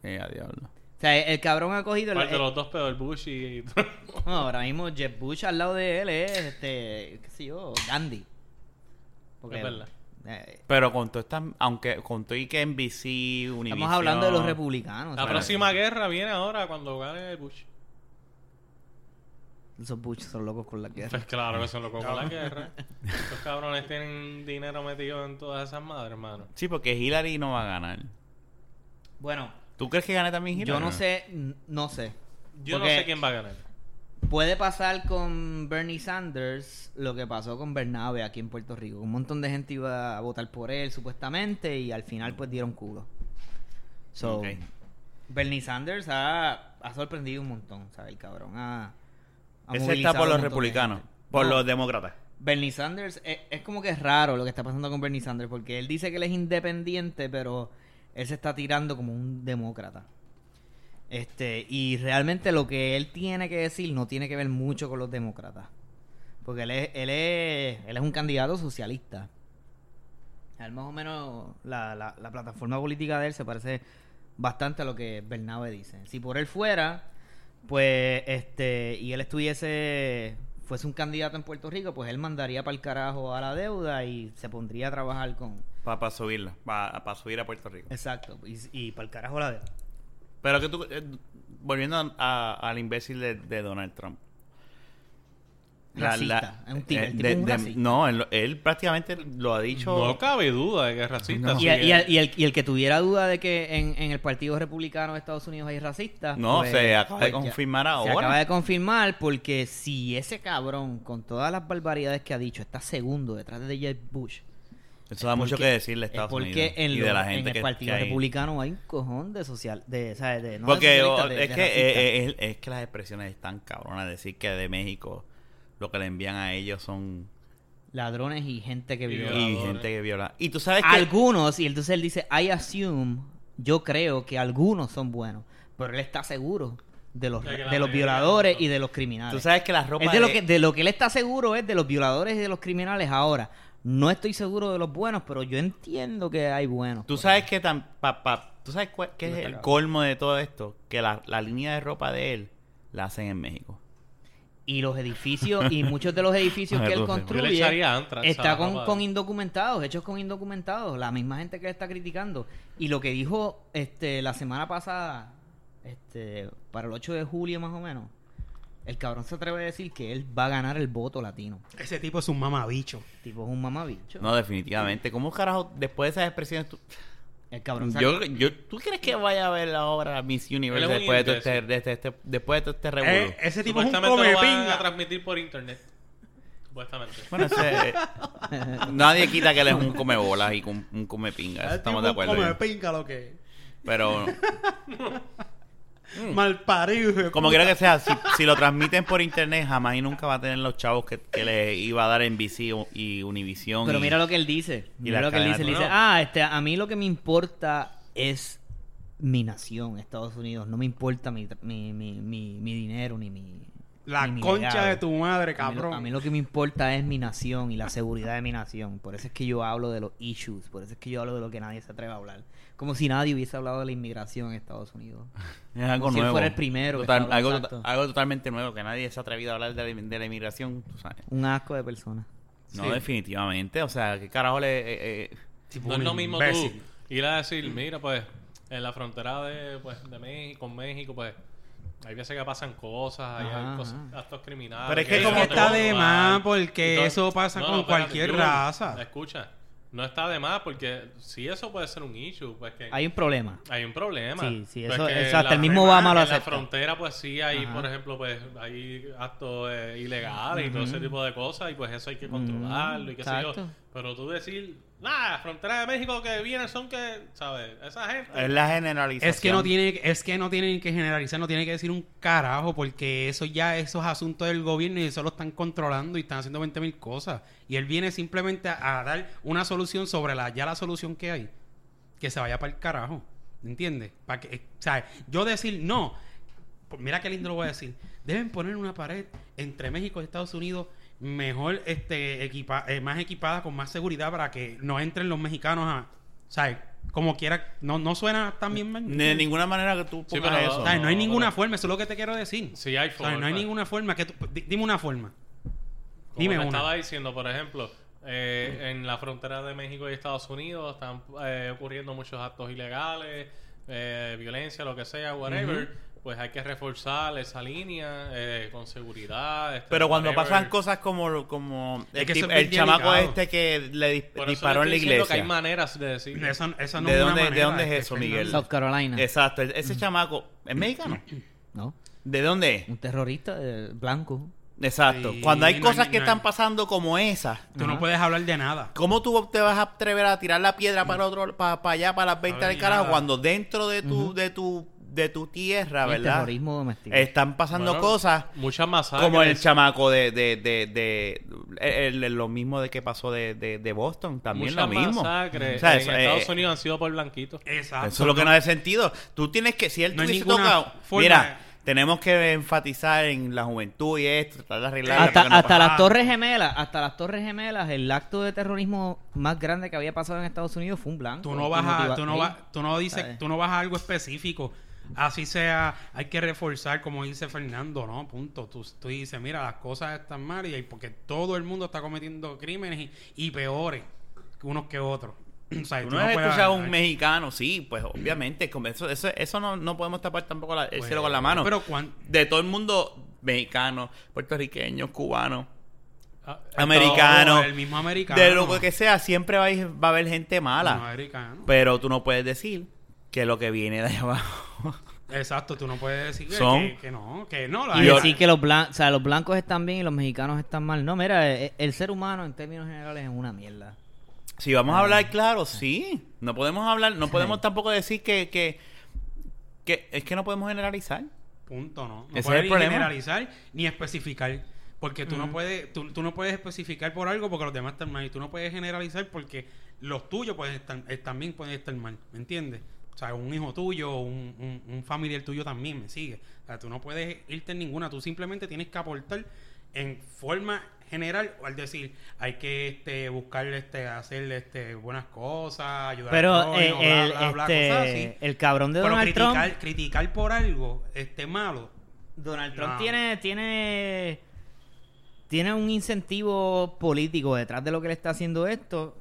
Speaker 1: Eh, a diablo.
Speaker 4: O sea, el cabrón ha cogido el-
Speaker 2: ¿Cuál de
Speaker 4: el-
Speaker 2: los dos pedos, el Bush y
Speaker 1: <laughs>
Speaker 2: Trump?
Speaker 4: No, ahora mismo Jeff Bush al lado de él es, este, qué sé yo, Gandhi.
Speaker 2: Es verdad.
Speaker 4: eh,
Speaker 1: Pero con todo esta, aunque con todo y que NBC, Univision...
Speaker 4: estamos hablando de los republicanos.
Speaker 2: La
Speaker 4: ¿sabes?
Speaker 2: próxima guerra viene ahora cuando gane Bush.
Speaker 4: Esos Bush son locos con la guerra.
Speaker 2: Pues claro que son locos con la guerra. Estos cabrones tienen dinero metido en todas esas madres, hermano.
Speaker 1: Sí, porque Hillary no va a ganar.
Speaker 4: Bueno,
Speaker 1: ¿Tú crees que gane también Hillary?
Speaker 4: yo no sé, n- no sé.
Speaker 2: Yo
Speaker 4: Porque
Speaker 2: no sé quién va a ganar.
Speaker 4: Puede pasar con Bernie Sanders lo que pasó con Bernabe aquí en Puerto Rico. Un montón de gente iba a votar por él supuestamente y al final pues dieron culo. So,
Speaker 1: Ok.
Speaker 4: Bernie Sanders ha, ha sorprendido un montón, ¿sabes? El cabrón ha, ha
Speaker 1: Ese está
Speaker 4: movilizado
Speaker 1: por
Speaker 4: un
Speaker 1: los
Speaker 4: montón de
Speaker 1: republicanos,
Speaker 4: gente.
Speaker 1: por
Speaker 4: No,
Speaker 1: los demócratas.
Speaker 4: Bernie Sanders es, es como que es raro lo que está pasando con Bernie Sanders porque él dice que él es independiente, pero él se está tirando como un demócrata. Este, y realmente lo que él tiene que decir no tiene que ver mucho con los demócratas. Porque él es, él es, él es un candidato socialista. Él más o menos la, la- la plataforma política de él se parece bastante a lo que Bernabe dice. Si por él fuera, pues, este, y él estuviese, fuese un candidato en Puerto Rico, pues él mandaría para el carajo a la deuda y se pondría a trabajar con...
Speaker 1: Para subirla, para subir a Puerto Rico.
Speaker 4: Exacto, y, para el carajo la deuda.
Speaker 1: Pero que tú... eh, volviendo a- a- al imbécil de, de Donald Trump.
Speaker 4: Racista, es un tipo- el
Speaker 1: eh,
Speaker 4: tipo es un racista.
Speaker 1: No, él, él prácticamente lo ha dicho...
Speaker 2: No cabe duda de que es racista.
Speaker 1: No. eh.
Speaker 2: así
Speaker 4: Y, y-
Speaker 2: que-
Speaker 4: y el, y el- y el que tuviera duda de que en, en el Partido Republicano de Estados Unidos hay racistas.
Speaker 1: No,
Speaker 4: pues-
Speaker 1: se acaba de
Speaker 4: pues ya-
Speaker 1: confirmar ahora.
Speaker 4: Se acaba de confirmar porque si ese cabrón, con todas las barbaridades que ha dicho, está segundo detrás de Jeff Bush.
Speaker 1: Eso da
Speaker 4: es
Speaker 1: mucho
Speaker 4: porque-
Speaker 1: que decirle a
Speaker 4: es
Speaker 1: Estados
Speaker 4: porque
Speaker 1: Unidos.
Speaker 4: en,
Speaker 1: y
Speaker 4: lo-
Speaker 1: de la
Speaker 4: en
Speaker 1: gente
Speaker 4: el
Speaker 1: que-
Speaker 4: Partido
Speaker 1: que hay.
Speaker 4: Republicano hay un cojón de social. De, ¿sabes? De, no de
Speaker 1: Porque
Speaker 4: socialistas,
Speaker 1: o-
Speaker 4: de-
Speaker 1: es,
Speaker 4: de
Speaker 1: que,
Speaker 4: racistas.
Speaker 1: eh, eh, es, que las expresiones están cabronas. Decir que de México lo que le envían a ellos son...
Speaker 4: Ladrones y gente que
Speaker 2: Y
Speaker 4: vive.
Speaker 1: Y
Speaker 2: Violadores.
Speaker 1: gente que viola. Y tú sabes que...
Speaker 4: Algunos, y entonces él dice, I assume, yo creo que algunos son buenos, pero él está seguro de los,
Speaker 2: De que la
Speaker 4: de los
Speaker 2: mayoría
Speaker 4: violadores
Speaker 2: no son.
Speaker 4: y de los criminales.
Speaker 1: Tú sabes que la ropa
Speaker 4: Es de, lo que, de lo que él está seguro es de los violadores y de los criminales ahora. No estoy seguro de los buenos, pero yo entiendo que hay buenos.
Speaker 1: Tú
Speaker 4: por
Speaker 1: sabes que tan... pa- pa- ¿Tú sabes cuál, qué es
Speaker 4: No está
Speaker 1: el
Speaker 4: cabrón.
Speaker 1: colmo de todo esto? Que la, la línea de ropa de él la hacen en México.
Speaker 4: ahí. Y los edificios, y
Speaker 2: <laughs>
Speaker 4: muchos de los edificios
Speaker 1: Ah,
Speaker 4: que él
Speaker 1: entonces,
Speaker 2: Yo le
Speaker 4: construye
Speaker 2: echaría Antrax. a
Speaker 4: está
Speaker 2: la
Speaker 4: con,
Speaker 2: ropa
Speaker 4: con
Speaker 2: de-
Speaker 4: indocumentados, hechos con indocumentados, la misma gente que él está criticando. Y lo que dijo este la semana pasada, este para el 8 de julio más o menos, el cabrón se atreve a decir que él va a ganar el voto latino.
Speaker 3: Ese tipo es un mamabicho.
Speaker 4: Tipo es un mamabicho.
Speaker 1: No, definitivamente. ¿Cómo carajo después de esas expresiones tú...
Speaker 4: El cabrón se-
Speaker 1: Yo, yo, ¿Tú crees que vaya a ver la obra Miss Universe
Speaker 2: Él es un
Speaker 1: después de, todo este,
Speaker 2: imbécil.
Speaker 1: de este- este- después de todo este revuelo?
Speaker 3: Eh, ese tipo es un
Speaker 2: Supuestamente
Speaker 3: come
Speaker 2: lo van a
Speaker 3: pinga.
Speaker 2: transmitir por internet. Supuestamente.
Speaker 1: Bueno, ese-
Speaker 4: eh,
Speaker 1: <laughs> nadie quita que él es un comebolas y un, un comepinga. Eso
Speaker 3: Ese Ah, tipo
Speaker 1: estamos de
Speaker 3: es un
Speaker 1: acuerdo.
Speaker 3: come pinga lo que.
Speaker 1: Pero
Speaker 3: Mal parido. hijo de
Speaker 1: mm, Como
Speaker 3: puta.
Speaker 1: quiera que sea, si, si lo transmiten por internet, jamás y nunca va a tener los chavos que, que le iba a dar NBC o- y Univision.
Speaker 4: Pero
Speaker 1: y-
Speaker 4: mira lo que él dice. Mira
Speaker 1: la
Speaker 4: lo que él
Speaker 1: cadena
Speaker 4: dice. Él
Speaker 1: de
Speaker 4: dice,
Speaker 1: color.
Speaker 4: ah, este, a mí lo que me importa es mi nación, Estados Unidos. No me importa mi, tra- mi, mi, mi, mi dinero ni mi...
Speaker 3: La
Speaker 4: ni mi
Speaker 3: concha
Speaker 4: legado.
Speaker 3: de tu madre,
Speaker 4: A mí lo-
Speaker 3: cabrón.
Speaker 4: A mí, lo que me importa es mi nación y la seguridad de mi nación. Por eso es que yo hablo de los issues. Por eso es que yo hablo de lo que nadie se atreve a hablar. Como si nadie hubiese hablado de la inmigración en Estados Unidos.
Speaker 1: Es algo
Speaker 4: Como si él
Speaker 1: nuevo.
Speaker 4: fuera el primero que
Speaker 1: Total-
Speaker 4: estaba-
Speaker 1: algo,
Speaker 4: exacto.
Speaker 1: tota- algo totalmente nuevo, que nadie se ha atrevido a hablar de la, de la inmigración. tú sabes.
Speaker 4: Un asco de persona.
Speaker 1: No,
Speaker 3: Sí.
Speaker 1: definitivamente. O sea, ¿qué carajo le. eh, eh,
Speaker 3: Tipo,
Speaker 2: No es
Speaker 3: un
Speaker 2: lo mismo
Speaker 3: imbécil.
Speaker 2: tú ir a decir, mira, pues, en la frontera de, pues, de México, con México, pues, hay veces que pasan cosas, hay-
Speaker 4: Ajá,
Speaker 2: hay cosas,
Speaker 4: ajá.
Speaker 2: actos criminales.
Speaker 1: Pero es
Speaker 3: que
Speaker 2: hay
Speaker 3: como
Speaker 2: otro
Speaker 3: está de
Speaker 2: lugar,
Speaker 3: más, porque
Speaker 2: y todo-
Speaker 3: eso pasa con cualquier
Speaker 2: Jun,
Speaker 3: raza.
Speaker 2: Escucha, no está de más, porque si eso puede ser un issue, pues que...
Speaker 4: Hay un problema.
Speaker 2: Hay un problema.
Speaker 4: Sí, sí,
Speaker 2: Pero
Speaker 4: eso-
Speaker 2: que
Speaker 4: exacto,
Speaker 2: la-
Speaker 4: el mismo Obama lo
Speaker 2: En la
Speaker 4: acepta.
Speaker 2: frontera, pues sí, hay,
Speaker 4: Ajá.
Speaker 2: por ejemplo, pues hay actos eh, ilegales y todo ese tipo de cosas, y pues eso hay que controlarlo y qué sé yo.
Speaker 4: exacto.
Speaker 2: Pero tú decir, nada, las fronteras de México que vienen son que, ¿sabes? Esa gente.
Speaker 1: eh, es la generalización.
Speaker 3: Es que no tiene, es que no tienen que generalizar, no tienen que decir un carajo, porque eso ya, esos asuntos del gobierno y eso lo están controlando y están haciendo 20 mil cosas. Y él viene simplemente a, a dar una solución sobre la, ya la solución que hay. Que se vaya para el carajo. ¿Entiendes? Para que, eh, o sea, yo decir no, pues mira qué lindo lo voy a decir. Deben poner una pared entre México y Estados Unidos mejor, este, equipa eh, más equipada, con más seguridad para que no entren los mexicanos a, ¿sabes? Como quiera, no, no suena tan bien. man.
Speaker 1: De ninguna manera que tú
Speaker 2: Sí,
Speaker 1: pongas
Speaker 2: pero-
Speaker 1: eso.
Speaker 3: ¿Sabes? No, hay
Speaker 2: no,
Speaker 3: ninguna
Speaker 2: pero-
Speaker 3: forma, eso es lo que te quiero decir.
Speaker 2: Sí, hay
Speaker 3: O sea, No
Speaker 2: forma.
Speaker 3: hay ninguna forma. Que tú- di- dime una forma.
Speaker 2: Como
Speaker 3: Dime
Speaker 2: te
Speaker 3: una.
Speaker 2: estaba diciendo, por ejemplo, eh, en la frontera de México y Estados Unidos están eh, ocurriendo muchos actos ilegales, eh, violencia, lo que sea, whatever. Pues hay que reforzar esa línea eh, con seguridad. este,
Speaker 1: Pero cuando
Speaker 2: whatever.
Speaker 1: pasan cosas como, como
Speaker 3: Es
Speaker 1: el,
Speaker 3: que eso
Speaker 1: tip-
Speaker 3: es bien
Speaker 1: el chamaco
Speaker 3: delicado.
Speaker 1: este que le dis-
Speaker 2: Por eso
Speaker 1: disparó en la
Speaker 2: le estoy diciendo
Speaker 1: iglesia.
Speaker 2: que hay maneras de decirlo.
Speaker 3: Eso, eso no
Speaker 1: ¿De
Speaker 3: es una
Speaker 1: dónde- de
Speaker 3: manera,
Speaker 1: dónde es
Speaker 3: este,
Speaker 1: eso,
Speaker 3: Fernando.
Speaker 1: Miguel?
Speaker 4: South Carolina.
Speaker 1: Exacto, e-, ese chamaco es mexicano.
Speaker 4: ¿No?
Speaker 1: ¿De dónde es?
Speaker 4: Un terrorista eh, blanco.
Speaker 1: Exacto.
Speaker 3: Sí,
Speaker 1: Cuando hay
Speaker 3: no
Speaker 1: cosas
Speaker 3: hay-
Speaker 1: que
Speaker 3: no hay-
Speaker 1: están pasando como esas,
Speaker 3: Tú no
Speaker 4: Ajá.
Speaker 3: puedes hablar de nada.
Speaker 1: ¿cómo tú te vas a atrever a tirar la piedra para otro para, allá para las 20 del
Speaker 3: Ay,
Speaker 1: carajo
Speaker 3: nada.
Speaker 1: cuando dentro de tu de tu de tu tierra,
Speaker 4: Y el
Speaker 1: ¿verdad?
Speaker 4: terrorismo doméstico.
Speaker 1: Están pasando
Speaker 2: Bueno,
Speaker 1: cosas
Speaker 2: Muchas masacres.
Speaker 1: como el chamaco de de, de, de- el- el- lo mismo de que pasó de, de, de Boston, también
Speaker 2: muchas
Speaker 1: lo mismo.
Speaker 2: masacres
Speaker 1: O sea,
Speaker 2: en
Speaker 1: eso, eh,
Speaker 2: Estados Unidos han sido por blanquitos.
Speaker 3: Exacto.
Speaker 1: Eso es lo que no hace sentido. Tú tienes que, si él
Speaker 3: No hay
Speaker 1: tuviese
Speaker 3: ninguna
Speaker 1: tocado,
Speaker 3: forma
Speaker 1: mira, tenemos que enfatizar en la juventud y esto, tratar de arreglar.
Speaker 4: hasta
Speaker 1: para que no
Speaker 4: hasta
Speaker 1: pase.
Speaker 4: las Torres Gemelas, hasta las Torres Gemelas, el acto de terrorismo más grande que había pasado en Estados Unidos fue un blanco.
Speaker 3: Tú no
Speaker 4: Y
Speaker 3: vas a,
Speaker 4: Pues motiva-
Speaker 3: tú no
Speaker 4: Sí.
Speaker 3: vas, tú no dices,
Speaker 4: ¿Sabes?
Speaker 3: tú no vas a algo específico. Así sea, hay que reforzar, como dice Fernando, ¿no? Punto. Tú, tú dices, mira, las cosas están mal y porque todo el mundo está cometiendo crímenes y, y peores unos que otros. <clears throat> O sea,
Speaker 1: Tú
Speaker 3: tú
Speaker 1: no
Speaker 3: no
Speaker 1: has
Speaker 3: puedes
Speaker 1: escuchado a
Speaker 3: hablar.
Speaker 1: un mexicano, sí, pues obviamente, como eso, eso, eso no, no podemos tapar tampoco la- el
Speaker 3: Pues,
Speaker 1: cielo con la mano.
Speaker 3: Pero cuán-
Speaker 1: de todo el mundo, mexicanos, puertorriqueños, cubanos,
Speaker 2: Ah,
Speaker 1: americanos,
Speaker 3: el mismo americano.
Speaker 1: de lo que sea, siempre va a, ir- va a haber gente mala.
Speaker 3: El mismo americano.
Speaker 1: Pero tú no puedes decir que lo que viene de allá abajo.
Speaker 3: Exacto, tú no puedes decir que-
Speaker 1: Son-
Speaker 3: que, que no, que no. la-
Speaker 4: Y
Speaker 1: Yo-
Speaker 4: decir que los, blan- o sea, los blancos están bien y los mexicanos están mal. No, mira, eh, eh, el, ser humano en términos generales es una mierda.
Speaker 1: Si
Speaker 4: Ah.
Speaker 1: vamos a hablar claro, sí. No podemos hablar, no podemos tampoco decir que, que, que- es que no podemos generalizar.
Speaker 3: Punto, ¿no?
Speaker 1: Ese
Speaker 3: No
Speaker 1: es
Speaker 3: puedes
Speaker 1: el
Speaker 3: ni
Speaker 1: problema.
Speaker 3: generalizar ni especificar. Porque tú no puedes, tú, tú no puedes especificar por algo porque los demás están mal. Y tú no puedes generalizar porque los tuyos pueden estar, eh, también pueden estar mal. ¿Me entiendes? O sea, un hijo tuyo, un, un, un familiar tuyo también me sigue. O sea, tú no puedes irte en ninguna. Tú simplemente tienes que aportar en forma general o al decir hay que este buscar este hacer este buenas cosas ayudar a
Speaker 4: Pero
Speaker 3: todos,
Speaker 4: eh,
Speaker 3: bla,
Speaker 4: el,
Speaker 3: bla, bla,
Speaker 4: este,
Speaker 3: cosas así.
Speaker 4: el cabrón de
Speaker 3: pero
Speaker 4: Donald Trump.
Speaker 3: criticar, criticar por algo este malo
Speaker 4: Donald Trump
Speaker 3: No.
Speaker 4: tiene, tiene, tiene un incentivo político detrás de lo que le está haciendo esto.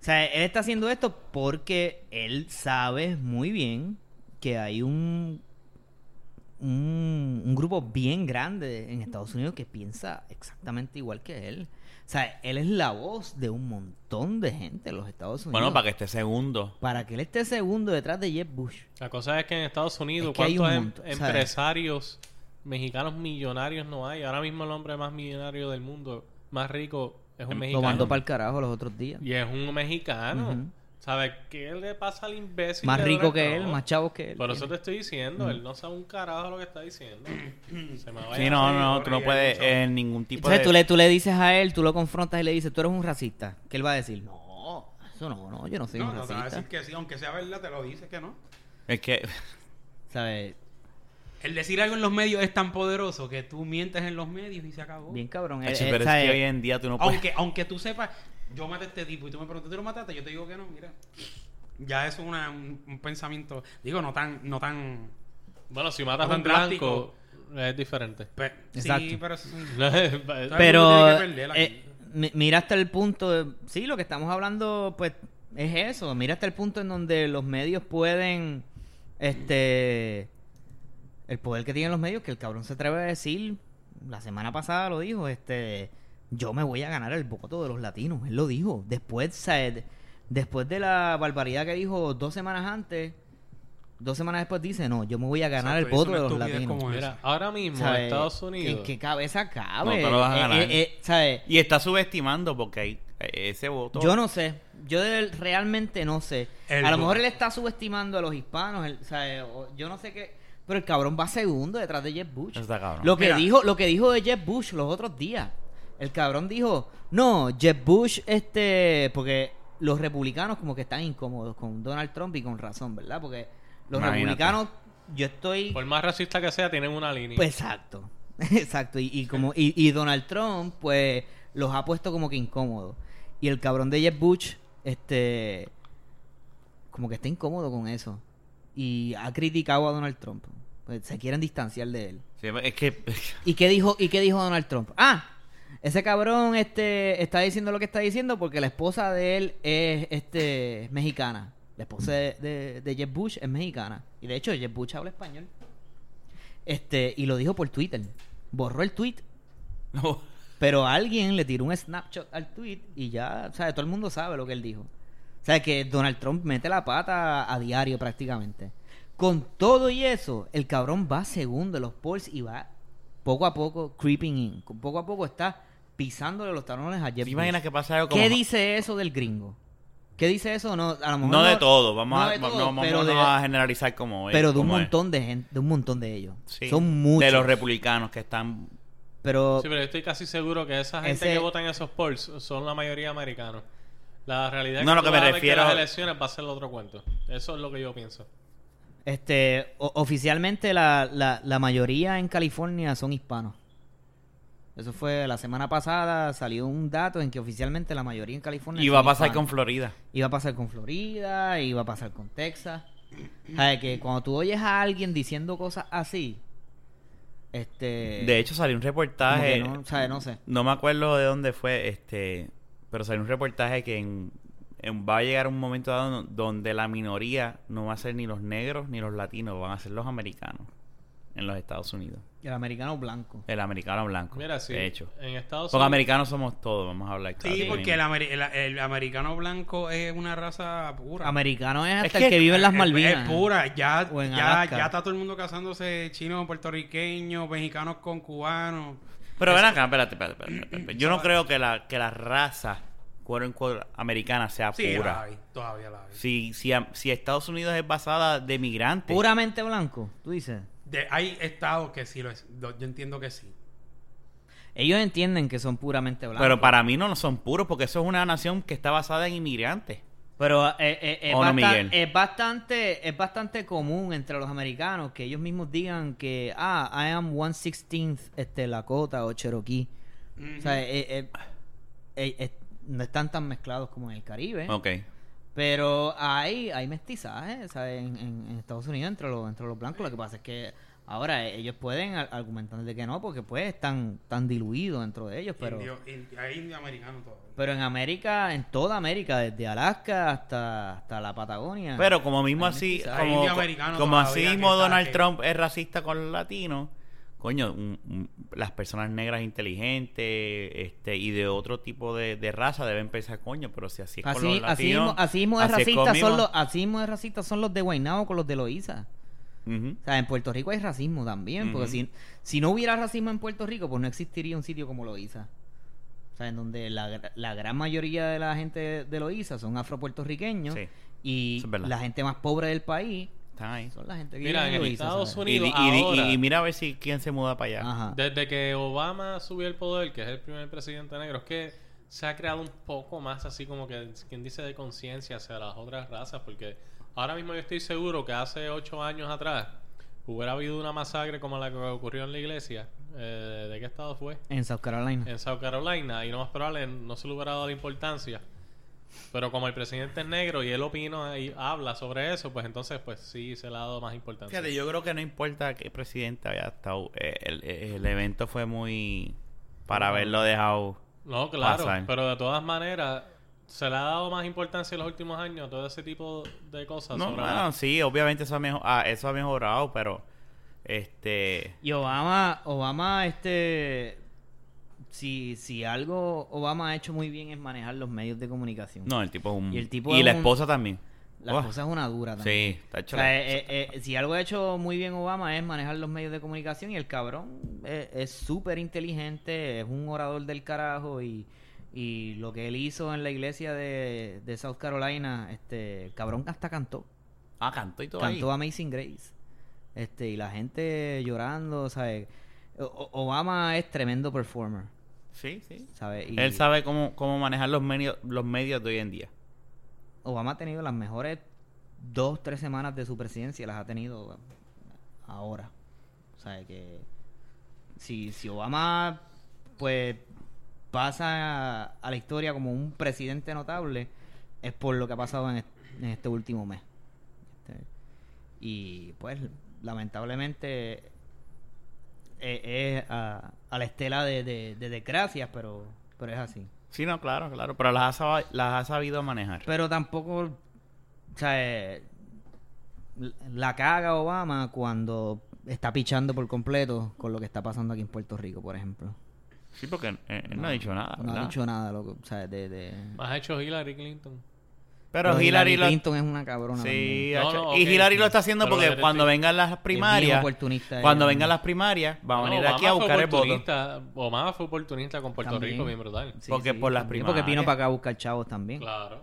Speaker 4: O sea, él está haciendo esto porque él sabe muy bien que hay un, un, un grupo bien grande en Estados Unidos que piensa exactamente igual que él. O sea, él es la voz de un montón de gente en los Estados Unidos.
Speaker 1: Bueno, para que esté segundo.
Speaker 4: Para que él esté segundo detrás de Jeb Bush.
Speaker 2: La cosa es que en Estados Unidos,
Speaker 4: Es que hay
Speaker 2: ¿cuántos
Speaker 4: un
Speaker 2: em-
Speaker 4: montón, ¿sabes?
Speaker 2: empresarios mexicanos millonarios no hay? Ahora mismo el hombre más millonario del mundo, más rico, es un
Speaker 1: Em-
Speaker 2: mexicano.
Speaker 4: Lo mandó para el carajo los otros días.
Speaker 2: Y es un mexicano.
Speaker 4: Ujú.
Speaker 2: ¿Sabes qué le pasa al imbécil?
Speaker 4: Más
Speaker 2: de
Speaker 4: rico
Speaker 2: Donald
Speaker 4: que él,
Speaker 2: Trump?
Speaker 4: más chavos que él.
Speaker 2: Por eso
Speaker 4: tiene.
Speaker 2: te estoy diciendo, él no sabe un carajo lo que está diciendo. Se me va
Speaker 1: Sí,
Speaker 2: a-
Speaker 1: no, no, tú no puedes en ningún tipo
Speaker 4: Entonces
Speaker 1: de...
Speaker 4: tú, le, tú le dices a él, tú lo confrontas y le dices, tú eres un racista. ¿Qué él va a decir? No, eso no, no, yo no soy
Speaker 3: no,
Speaker 4: un
Speaker 3: no te va a
Speaker 4: racista.
Speaker 3: decir que sí, aunque sea verdad, te lo dice que no.
Speaker 1: Es
Speaker 4: Eh,
Speaker 1: que...
Speaker 4: ¿Sabes?
Speaker 3: El decir algo en los medios es tan poderoso que tú mientes en los medios y se acabó.
Speaker 4: Bien cabrón. él-
Speaker 1: Acho,
Speaker 4: él
Speaker 1: pero es
Speaker 4: sabe-
Speaker 1: que hoy en día tú no pues. puedes...
Speaker 3: aunque, aunque tú sepas, yo maté a este tipo y tú me preguntas, ¿tú lo mataste? Yo te digo que no, mira. Ya eso es una- un, un pensamiento, digo, no tan, no tan...
Speaker 2: Bueno, si matas a
Speaker 3: Tan
Speaker 2: un blanco, es diferente. <laughs>
Speaker 3: pe- Sí,
Speaker 4: Exacto.
Speaker 3: pero eso es un-
Speaker 2: Pero-
Speaker 4: pero
Speaker 3: Tiene que perder aquí.
Speaker 4: eh, mi- mira hasta el punto de- sí lo que estamos hablando pues es eso mira hasta el punto en donde los medios pueden este el poder que tienen los medios que el cabrón se atreve a decir la semana pasada lo dijo este yo me voy a ganar el voto de los latinos él lo dijo después sabe, después de la barbaridad que dijo dos semanas antes dos semanas después dice no yo me voy a ganar
Speaker 3: Exacto,
Speaker 4: el voto
Speaker 3: es
Speaker 4: de
Speaker 3: una
Speaker 4: los
Speaker 3: estupidez
Speaker 4: latinos
Speaker 3: como
Speaker 2: Mira,
Speaker 3: esa.
Speaker 2: ahora mismo en
Speaker 4: ¿Sabe?
Speaker 2: Estados
Speaker 4: ¿En
Speaker 2: Unidos,
Speaker 4: qué cabeza cabe?
Speaker 1: No te lo vas a
Speaker 4: Eh,
Speaker 1: ganar.
Speaker 4: eh, eh, ¿sabe?
Speaker 1: Y está subestimando porque hay eh, ese voto...
Speaker 4: Yo no sé. Yo de- realmente no sé.
Speaker 3: El
Speaker 4: a lo
Speaker 3: voto.
Speaker 4: mejor él está subestimando a los hispanos. él- ¿sabe? O- Yo no sé qué. Pero el cabrón va segundo detrás de Jeff Bush.
Speaker 1: Eso está cabrón.
Speaker 4: Lo que,
Speaker 3: Mira.
Speaker 4: dijo, lo que dijo de Jeff Bush los otros días. El cabrón dijo, no, Jeff Bush, este, porque los republicanos como que están incómodos con Donald Trump y con razón, ¿verdad? Porque los
Speaker 1: Imagínate.
Speaker 4: republicanos, yo estoy...
Speaker 2: por más racista que sea, tienen una línea.
Speaker 4: Pues exacto, <laughs> exacto. Y, y como y, y Donald Trump, pues los ha puesto como que incómodos. Y el cabrón de Jeff Bush, este, como que está incómodo con eso. Y ha criticado a Donald Trump. Pues, se quieren distanciar de él.
Speaker 1: Sí, Es que...
Speaker 4: ¿Y qué dijo, y qué dijo Donald Trump? Ah, ese cabrón este, está diciendo lo que está diciendo porque la esposa de él es este, mexicana. La esposa de, de- de Jeb Bush es mexicana. Y de hecho, Jeb Bush habla español. Este, y lo dijo por Twitter. Borró el tweet,
Speaker 1: No.
Speaker 4: pero alguien le tiró un snapshot al tweet y ya, o sea, todo el mundo sabe lo que él dijo. O sea, que Donald Trump mete la pata a diario prácticamente. Con todo y eso, el cabrón va segundo en los polls y va poco a poco creeping in. Poco a poco está pisándole los talones a Jeff
Speaker 1: ¿Te imaginas
Speaker 4: Bush.
Speaker 1: que pasa algo como...
Speaker 4: ¿Qué dice eso del gringo? ¿Qué dice eso? No, a lo mejor
Speaker 1: No de todo, vamos,
Speaker 4: no
Speaker 1: a,
Speaker 4: de todo,
Speaker 1: no, vamos-
Speaker 4: pero
Speaker 1: no
Speaker 4: de-
Speaker 1: a generalizar como es.
Speaker 4: pero de un
Speaker 1: como es.
Speaker 4: montón de gente, de un montón de ellos.
Speaker 1: Sí,
Speaker 4: Son muchos.
Speaker 1: De los republicanos que están...
Speaker 4: pero
Speaker 2: Sí, pero yo estoy casi seguro que esa gente
Speaker 4: Ese-
Speaker 2: que vota en esos polls son la mayoría americanos. La realidad es
Speaker 1: No, lo
Speaker 2: tú
Speaker 1: que me
Speaker 2: vas a ver
Speaker 1: refiero-
Speaker 2: las elecciones va a ser otro cuento. Eso es lo que yo pienso.
Speaker 4: Este, o- oficialmente la, la, la mayoría en California son hispanos. Eso fue la semana pasada, salió un dato en que oficialmente la mayoría en California
Speaker 1: Y va a
Speaker 4: son
Speaker 1: pasar con
Speaker 4: hispanos.
Speaker 1: Florida.
Speaker 4: Iba a pasar con Florida, iba a pasar con Texas. ¿Sabes? Que cuando tú oyes a alguien diciendo cosas así, este...
Speaker 1: De hecho, salió un
Speaker 4: como que
Speaker 1: reportaje...
Speaker 4: no, ¿sabes? No sé.
Speaker 1: No me acuerdo de dónde fue, este, pero salió un reportaje que en, en- va a llegar un momento dado donde la minoría no va a ser ni los negros ni los latinos, van a ser los americanos en los Estados Unidos.
Speaker 4: El americano blanco.
Speaker 1: El americano blanco,
Speaker 2: Mira, sí.
Speaker 1: de hecho.
Speaker 2: En Estados
Speaker 1: Porque
Speaker 2: Unidos.
Speaker 1: americanos somos todos, vamos a hablar claro.
Speaker 3: Sí, porque el, ameri- el- el americano blanco es una raza pura.
Speaker 4: Americano es hasta
Speaker 1: Es
Speaker 4: el
Speaker 1: que-
Speaker 4: que, vive en las
Speaker 3: Es-
Speaker 4: Malvinas.
Speaker 3: Es pura. Ya,
Speaker 4: O en
Speaker 3: ya,
Speaker 4: Alaska.
Speaker 3: ya está todo el mundo casándose chinos, puertorriqueños, mexicanos con cubanos.
Speaker 1: Pero ven acá, espérate, espérate, espérate, espérate, espérate. Yo no creo que la, que la raza quote unquote, americana sea
Speaker 3: Sí, la
Speaker 1: pura.
Speaker 3: hay, todavía la hay.
Speaker 1: Si, si, a- si Estados Unidos es basada de migrantes.
Speaker 4: Puramente blanco, tú dices.
Speaker 3: De- hay estados que sí lo es. Yo entiendo que sí.
Speaker 4: Ellos entienden que son puramente blancos.
Speaker 1: Pero para mí no lo son puros porque eso es una nación que está basada en inmigrantes.
Speaker 4: Pero eh, eh, es,
Speaker 1: ¿O Oh, no,
Speaker 4: bastan-
Speaker 1: Miguel?
Speaker 4: es bastante es bastante común entre los americanos que ellos mismos digan que ah I am 116th este Lakota o Cherokee.
Speaker 3: Mm,
Speaker 4: O sea, eh, eh, eh, eh, no están tan mezclados como en el Caribe,
Speaker 1: Ok.
Speaker 4: pero hay hay mestizaje, ¿sabes? En, en- en Estados Unidos entre los entre los blancos, lo que pasa es que ahora eh, ellos pueden al- argumentar de que no porque pues están tan diluidos dentro de ellos, pero
Speaker 3: Indio- in- hay indio americano todavía.
Speaker 4: pero en América, en toda América, desde Alaska hasta, hasta la Patagonia.
Speaker 1: Pero como mismo
Speaker 4: Ah. Hay
Speaker 1: así,
Speaker 4: mestizaje.
Speaker 1: como,
Speaker 3: indio americano
Speaker 1: como
Speaker 3: todavía
Speaker 1: así
Speaker 3: que
Speaker 1: mismo
Speaker 3: está
Speaker 1: Donald
Speaker 3: que-
Speaker 1: Trump es racista con los latinos, coño, un- un- las personas negras inteligentes este, y de otro tipo de, de raza deben pensar, coño, pero si así es con
Speaker 4: Así,
Speaker 1: los
Speaker 4: así,
Speaker 1: latinos...
Speaker 4: mismo, así mismo de
Speaker 1: así es
Speaker 4: racistas
Speaker 1: conmigo.
Speaker 4: son los, así mismo de racistas son los de Guaynabo con los de Loíza.
Speaker 1: Ujú.
Speaker 4: O sea, en Puerto Rico hay racismo también, porque
Speaker 1: Ujú.
Speaker 4: si, si no hubiera racismo en Puerto Rico, pues no existiría un sitio como Loíza. O sea, en donde la, gra- la gran mayoría de la gente de Loíza son afropuertorriqueños
Speaker 1: Sí.
Speaker 4: y
Speaker 1: Eso es verdad.
Speaker 4: la gente más pobre del país
Speaker 1: Están ahí.
Speaker 4: son la gente que
Speaker 2: Mira,
Speaker 4: vive
Speaker 2: en
Speaker 4: en Loíza.
Speaker 2: Estados
Speaker 4: ¿sabes?
Speaker 1: Y,
Speaker 2: Unidos
Speaker 1: di- y di-
Speaker 2: ahora,
Speaker 1: y mira a ver si quién se muda para allá.
Speaker 4: Ajá.
Speaker 2: desde que Obama subió al poder, que es el primer presidente negro, es que se ha creado un poco más así como que, quien dice, de conciencia hacia las otras razas, porque ahora mismo yo estoy seguro que hace ocho años atrás hubiera habido una masacre como la que ocurrió en la iglesia. Eh, ¿De qué estado fue?
Speaker 4: En South Carolina.
Speaker 2: en South Carolina y no más probable no se le hubiera dado la importancia. Pero como el presidente es negro y él opina y habla sobre eso, pues entonces pues sí se le ha dado más importancia.
Speaker 1: Fíjate, yo creo que no importa qué presidente haya estado. eh, El, el- el evento fue muy. Para haberlo dejado.
Speaker 2: No, claro,
Speaker 1: Pasar.
Speaker 2: pero de todas maneras se le ha dado más importancia en los últimos años a todo ese tipo de cosas.
Speaker 1: No,
Speaker 2: sobre-
Speaker 1: no, sí, obviamente eso ha, mejo- ah, eso ha mejorado, pero. Este.
Speaker 4: Y Obama, Obama, este, si, si algo Obama ha hecho muy bien es manejar los medios de comunicación.
Speaker 1: No, el tipo es un.
Speaker 4: Y el tipo es
Speaker 1: la
Speaker 4: un-
Speaker 1: esposa también.
Speaker 4: La
Speaker 1: Oh,
Speaker 4: cosa es una dura también.
Speaker 1: Sí, está
Speaker 4: O
Speaker 1: hecho.
Speaker 4: sea,
Speaker 1: la-
Speaker 4: eh, eh, eh, si algo ha hecho muy bien Obama es manejar los medios de comunicación y el cabrón eh, es súper inteligente, es un orador del carajo y, y lo que él hizo en la iglesia de, de South Carolina, este, el cabrón hasta cantó,
Speaker 1: Ah, cantó y todo. ahí.
Speaker 4: cantó Amazing Grace. Este, y la gente llorando, ¿sabes? O- o- Obama es tremendo performer,
Speaker 1: Sí, sí.
Speaker 4: ¿sabes? Y
Speaker 1: Él sabe cómo, cómo manejar los medios, los medios de hoy en día.
Speaker 4: Obama ha tenido las mejores dos, tres semanas de su presidencia, las ha tenido ahora. O sea, que si, si Obama, pues, pasa a, a la historia como un presidente notable, es por lo que ha pasado en, est- en este último mes. Este, y, pues, lamentablemente eh, es a, a la estela de, de- de desgracias, pero, pero es así.
Speaker 1: Sí, no, claro, claro. Pero las ha, sab- las ha sabido manejar.
Speaker 4: Pero tampoco, o sea, eh, la caga Obama cuando está pichando por completo con lo que está pasando aquí en Puerto Rico, por ejemplo.
Speaker 1: Sí, porque eh, él no, ha dicho nada,
Speaker 4: No
Speaker 1: ¿verdad?
Speaker 4: ha dicho nada, loco. O sea, de... de-
Speaker 2: Más ha hecho Hillary Clinton.
Speaker 1: Pero,
Speaker 4: Pero
Speaker 1: Hillary, lo-
Speaker 4: Clinton es una cabrona.
Speaker 1: Sí,
Speaker 2: No,
Speaker 1: ha hecho-
Speaker 2: no,
Speaker 1: y
Speaker 2: ok.
Speaker 1: Hillary lo está haciendo
Speaker 2: Pero
Speaker 1: porque
Speaker 2: eres
Speaker 1: cuando
Speaker 2: tú.
Speaker 1: vengan las primarias,
Speaker 4: oportunista
Speaker 1: cuando
Speaker 4: ella.
Speaker 1: vengan las primarias, va a
Speaker 2: No,
Speaker 1: venir
Speaker 2: Obama
Speaker 1: aquí a
Speaker 2: fue
Speaker 1: buscar el voto.
Speaker 2: oportunista- Obama fue oportunista con Puerto
Speaker 4: También.
Speaker 2: Rico, bien brutal.
Speaker 1: porque por las
Speaker 4: también,
Speaker 1: primarias.
Speaker 4: Porque vino para acá a buscar chavos también.
Speaker 2: Claro.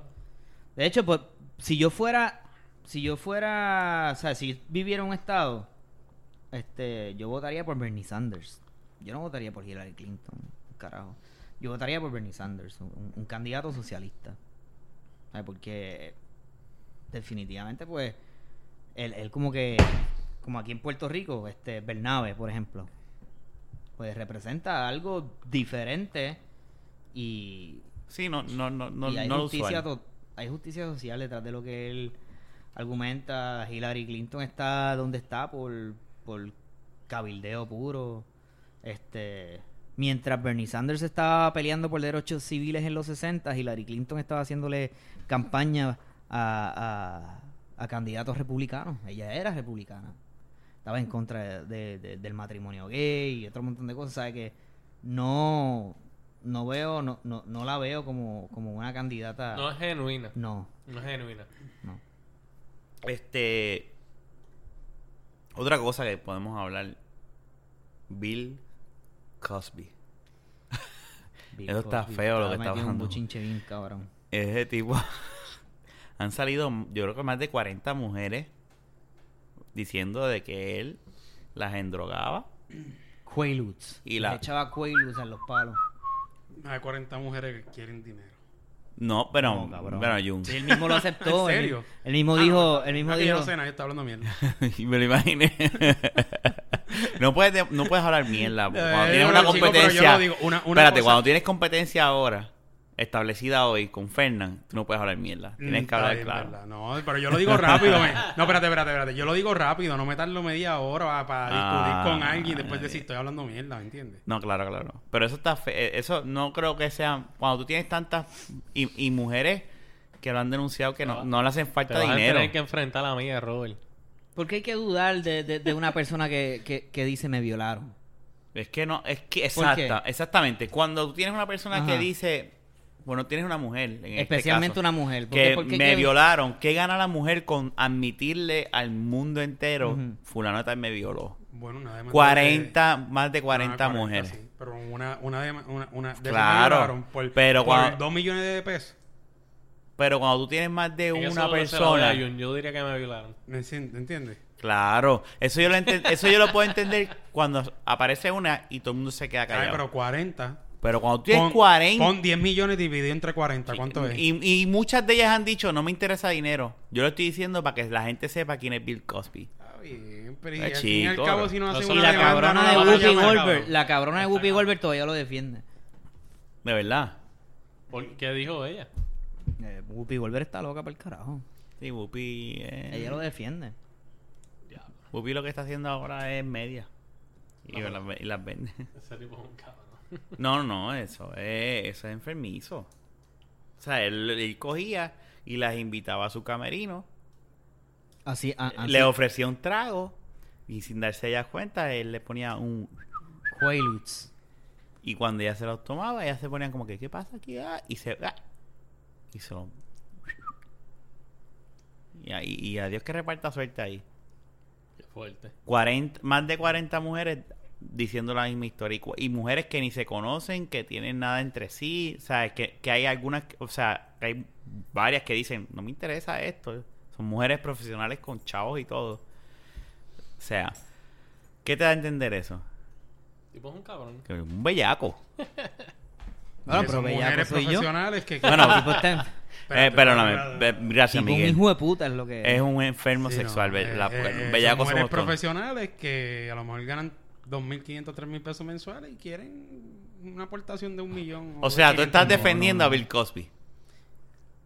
Speaker 4: De hecho, pues, si yo fuera, si yo fuera, o sea, si viviera en un estado, este, yo votaría por Bernie Sanders. Yo no votaría por Hillary Clinton, carajo. Yo votaría por Bernie Sanders, un, un candidato socialista. ¿Sabes? Porque definitivamente, pues, él, él como que, como aquí en Puerto Rico, este, Bernabe, por ejemplo, pues representa algo diferente y
Speaker 1: Sí, no, no, no, no,
Speaker 4: y hay,
Speaker 1: no lo
Speaker 4: justicia
Speaker 1: usual.
Speaker 4: to- hay justicia social detrás de lo que él argumenta. Hillary Clinton está donde está por, por cabildeo puro. Este, mientras Bernie Sanders estaba peleando por derechos civiles en los 60, Hillary Clinton estaba haciéndole campaña a, a- a candidatos republicanos. Ella era republicana. Estaba en contra de- de- del matrimonio gay y otro montón de cosas. ¿Sabe que no no veo no, no, no la veo como, como una candidata
Speaker 2: No es genuina.
Speaker 4: no
Speaker 2: No es genuina.
Speaker 4: no
Speaker 1: Este. Otra cosa que podemos hablar: Bill Cosby.
Speaker 4: Bill
Speaker 1: Eso está
Speaker 4: Cosby
Speaker 1: feo lo que
Speaker 4: estaba
Speaker 1: está
Speaker 4: metido en un
Speaker 1: pasando.
Speaker 4: bochinche bien cabrón
Speaker 1: Ese tipo. <laughs> Han salido, yo creo que más de 40 mujeres diciendo de que él las endrogaba.
Speaker 4: Quaaludes
Speaker 1: Y la-
Speaker 4: Le echaba Quaaludes en los palos
Speaker 3: Más de 40 mujeres que quieren dinero.
Speaker 1: No, pero.
Speaker 4: No, cabrón.
Speaker 1: pero Jun.
Speaker 4: y
Speaker 3: <laughs>
Speaker 4: él mismo lo aceptó
Speaker 3: ¿En
Speaker 4: él-
Speaker 3: serio?
Speaker 4: él, mismo dijo él mismo
Speaker 3: Ah, que yo
Speaker 4: dijo
Speaker 3: no sé nada, yo estaba hablando mierda.
Speaker 1: Y me lo imaginé. <laughs> no, puedes de- no puedes hablar mierda. porque Cuando
Speaker 3: Eh,
Speaker 1: tienes una
Speaker 3: chico, pero yo
Speaker 1: competencia.
Speaker 3: lo digo, una- una
Speaker 1: espérate,
Speaker 3: cosa-
Speaker 1: cuando tienes competencia ahora, establecida hoy con Fernan, tú no puedes hablar mierda. <laughs> Tienes que
Speaker 3: Mm, Está
Speaker 1: hablar
Speaker 3: bien,
Speaker 1: claro.
Speaker 3: ¿verdad? No, pero yo lo digo rápido. men. No, espérate, espérate, espérate. Yo lo digo rápido, no me tardo media hora para
Speaker 1: Ah,
Speaker 3: discutir con alguien y después
Speaker 1: ya.
Speaker 3: decir estoy hablando mierda, ¿me entiendes?
Speaker 1: No, claro, claro. Pero eso está fe- eh, Eso no creo que sea. Cuando tú tienes tantas. Y, y mujeres que lo han denunciado que no, no le hacen
Speaker 2: Te
Speaker 1: falta
Speaker 2: vas
Speaker 1: dinero.
Speaker 2: a tener que enfrentar a la mía, Robert.
Speaker 4: ¿por qué hay que dudar de, de, de una persona que, que, que dice me violaron?
Speaker 1: Es que no. Es que.
Speaker 4: ¿Por qué?
Speaker 1: Exacta, exactamente. Cuando tú tienes una persona que
Speaker 4: Ajá.
Speaker 1: dice. Bueno, tienes una mujer. En este
Speaker 4: especialmente
Speaker 1: caso.
Speaker 4: una mujer ¿Por qué-
Speaker 1: que
Speaker 4: por qué
Speaker 1: me
Speaker 4: que-
Speaker 1: violaron. ¿Qué gana la mujer con admitirle al mundo entero?
Speaker 4: Ujú.
Speaker 1: Fulano tal me violó.
Speaker 3: Bueno, una demanda.
Speaker 1: 40, más de
Speaker 3: de-
Speaker 1: 40
Speaker 2: ah,
Speaker 3: una
Speaker 1: mujeres.
Speaker 3: Ah, sí, pero una, una, dema- una, una de esas me
Speaker 1: Claro,
Speaker 3: llevaron por,
Speaker 1: pero
Speaker 3: por
Speaker 1: cuando-
Speaker 3: 2 millones de pesos.
Speaker 1: Pero cuando tú tienes más de
Speaker 2: Eso
Speaker 1: una
Speaker 2: no se lo doy a
Speaker 1: persona.
Speaker 2: Jun, Yo diría que me violaron.
Speaker 3: ¿Me enti- entiendes?
Speaker 1: Claro, eso yo, lo enten- eso yo lo puedo entender cuando aparece una y todo el mundo se queda
Speaker 3: Ay,
Speaker 1: callado.
Speaker 3: pero
Speaker 1: pero,
Speaker 3: 40.
Speaker 1: cuando tú tienes
Speaker 3: Pon-
Speaker 1: 40
Speaker 3: Pon 10 millones dividido entre 40. ¿Cuánto es?
Speaker 1: Y, y muchas de ellas han dicho, no me interesa dinero. Yo lo estoy diciendo para que la gente sepa quién es Bill Cosby.
Speaker 3: Está bien, pero y
Speaker 1: Ah,
Speaker 3: al fin y al
Speaker 1: chico,
Speaker 3: cabo,
Speaker 1: bro.
Speaker 3: si no
Speaker 2: No
Speaker 3: hacen
Speaker 2: son
Speaker 4: Y
Speaker 3: una
Speaker 4: la
Speaker 2: demanda,
Speaker 4: cabrona de
Speaker 2: no la
Speaker 4: Whoopi
Speaker 2: llaman,
Speaker 4: Goldberg,
Speaker 2: cabrón.
Speaker 4: la cabrona de
Speaker 2: Está
Speaker 4: Whoopi
Speaker 2: cabrón.
Speaker 4: Goldberg todavía lo defiende.
Speaker 1: De verdad.
Speaker 2: ¿Por qué dijo ella?
Speaker 4: Eh, Whoopi Goldberg está loca para el carajo.
Speaker 1: Sí, Whoopi, eh,
Speaker 4: Ella lo defiende.
Speaker 1: Whoopi lo que está haciendo ahora es media. Y las, ve- y las vende. <laughs>
Speaker 2: Ese tipo es un cabrón.
Speaker 1: No, no, eso es, eso es enfermizo. O sea, él, él cogía y las invitaba a su camerino,
Speaker 4: Así, a- así.
Speaker 1: le ofrecía un trago y sin darse ella cuenta, él le ponía un...
Speaker 4: Quaaludes.
Speaker 1: Y cuando ella se los tomaba, ella se ponía como que, ¿qué pasa aquí? Ah, y se... ah, y se lo... Y, ahí- y a Dios que reparta suerte ahí.
Speaker 2: Qué fuerte.
Speaker 1: 40, más de 40 mujeres diciendo la misma historia y, cu- y mujeres que ni se conocen, que tienen nada entre sí, o sea, que, que hay algunas, que- o sea, que hay varias que dicen, no me interesa esto, son mujeres profesionales con chavos y todo. O sea, ¿qué te da a entender eso?
Speaker 2: El tipo es un cabrón.
Speaker 1: Que un bellaco.
Speaker 4: Bueno,
Speaker 3: que
Speaker 4: pero
Speaker 3: son
Speaker 4: bellaco
Speaker 3: mujeres
Speaker 4: soy yo.
Speaker 3: profesionales que...
Speaker 1: Bueno,
Speaker 3: <laughs>
Speaker 4: El tipo está-
Speaker 1: Eh, perdóname, ve- gracias
Speaker 4: tipo un
Speaker 1: Miguel.
Speaker 4: hijo de puta es lo que
Speaker 1: Es un enfermo
Speaker 3: Sí, no,
Speaker 1: sexual, ve-
Speaker 3: eh,
Speaker 1: la- pues,
Speaker 3: eh, son
Speaker 1: bellaco
Speaker 3: mujeres
Speaker 1: somos todos.
Speaker 3: profesionales que a lo mejor ganan 2.500, 3.000 pesos mensuales y quieren una aportación de un millón.
Speaker 1: O sea, tú
Speaker 3: 2.500.
Speaker 1: estás
Speaker 3: No, no,
Speaker 1: defendiendo
Speaker 3: no.
Speaker 1: a Bill Cosby.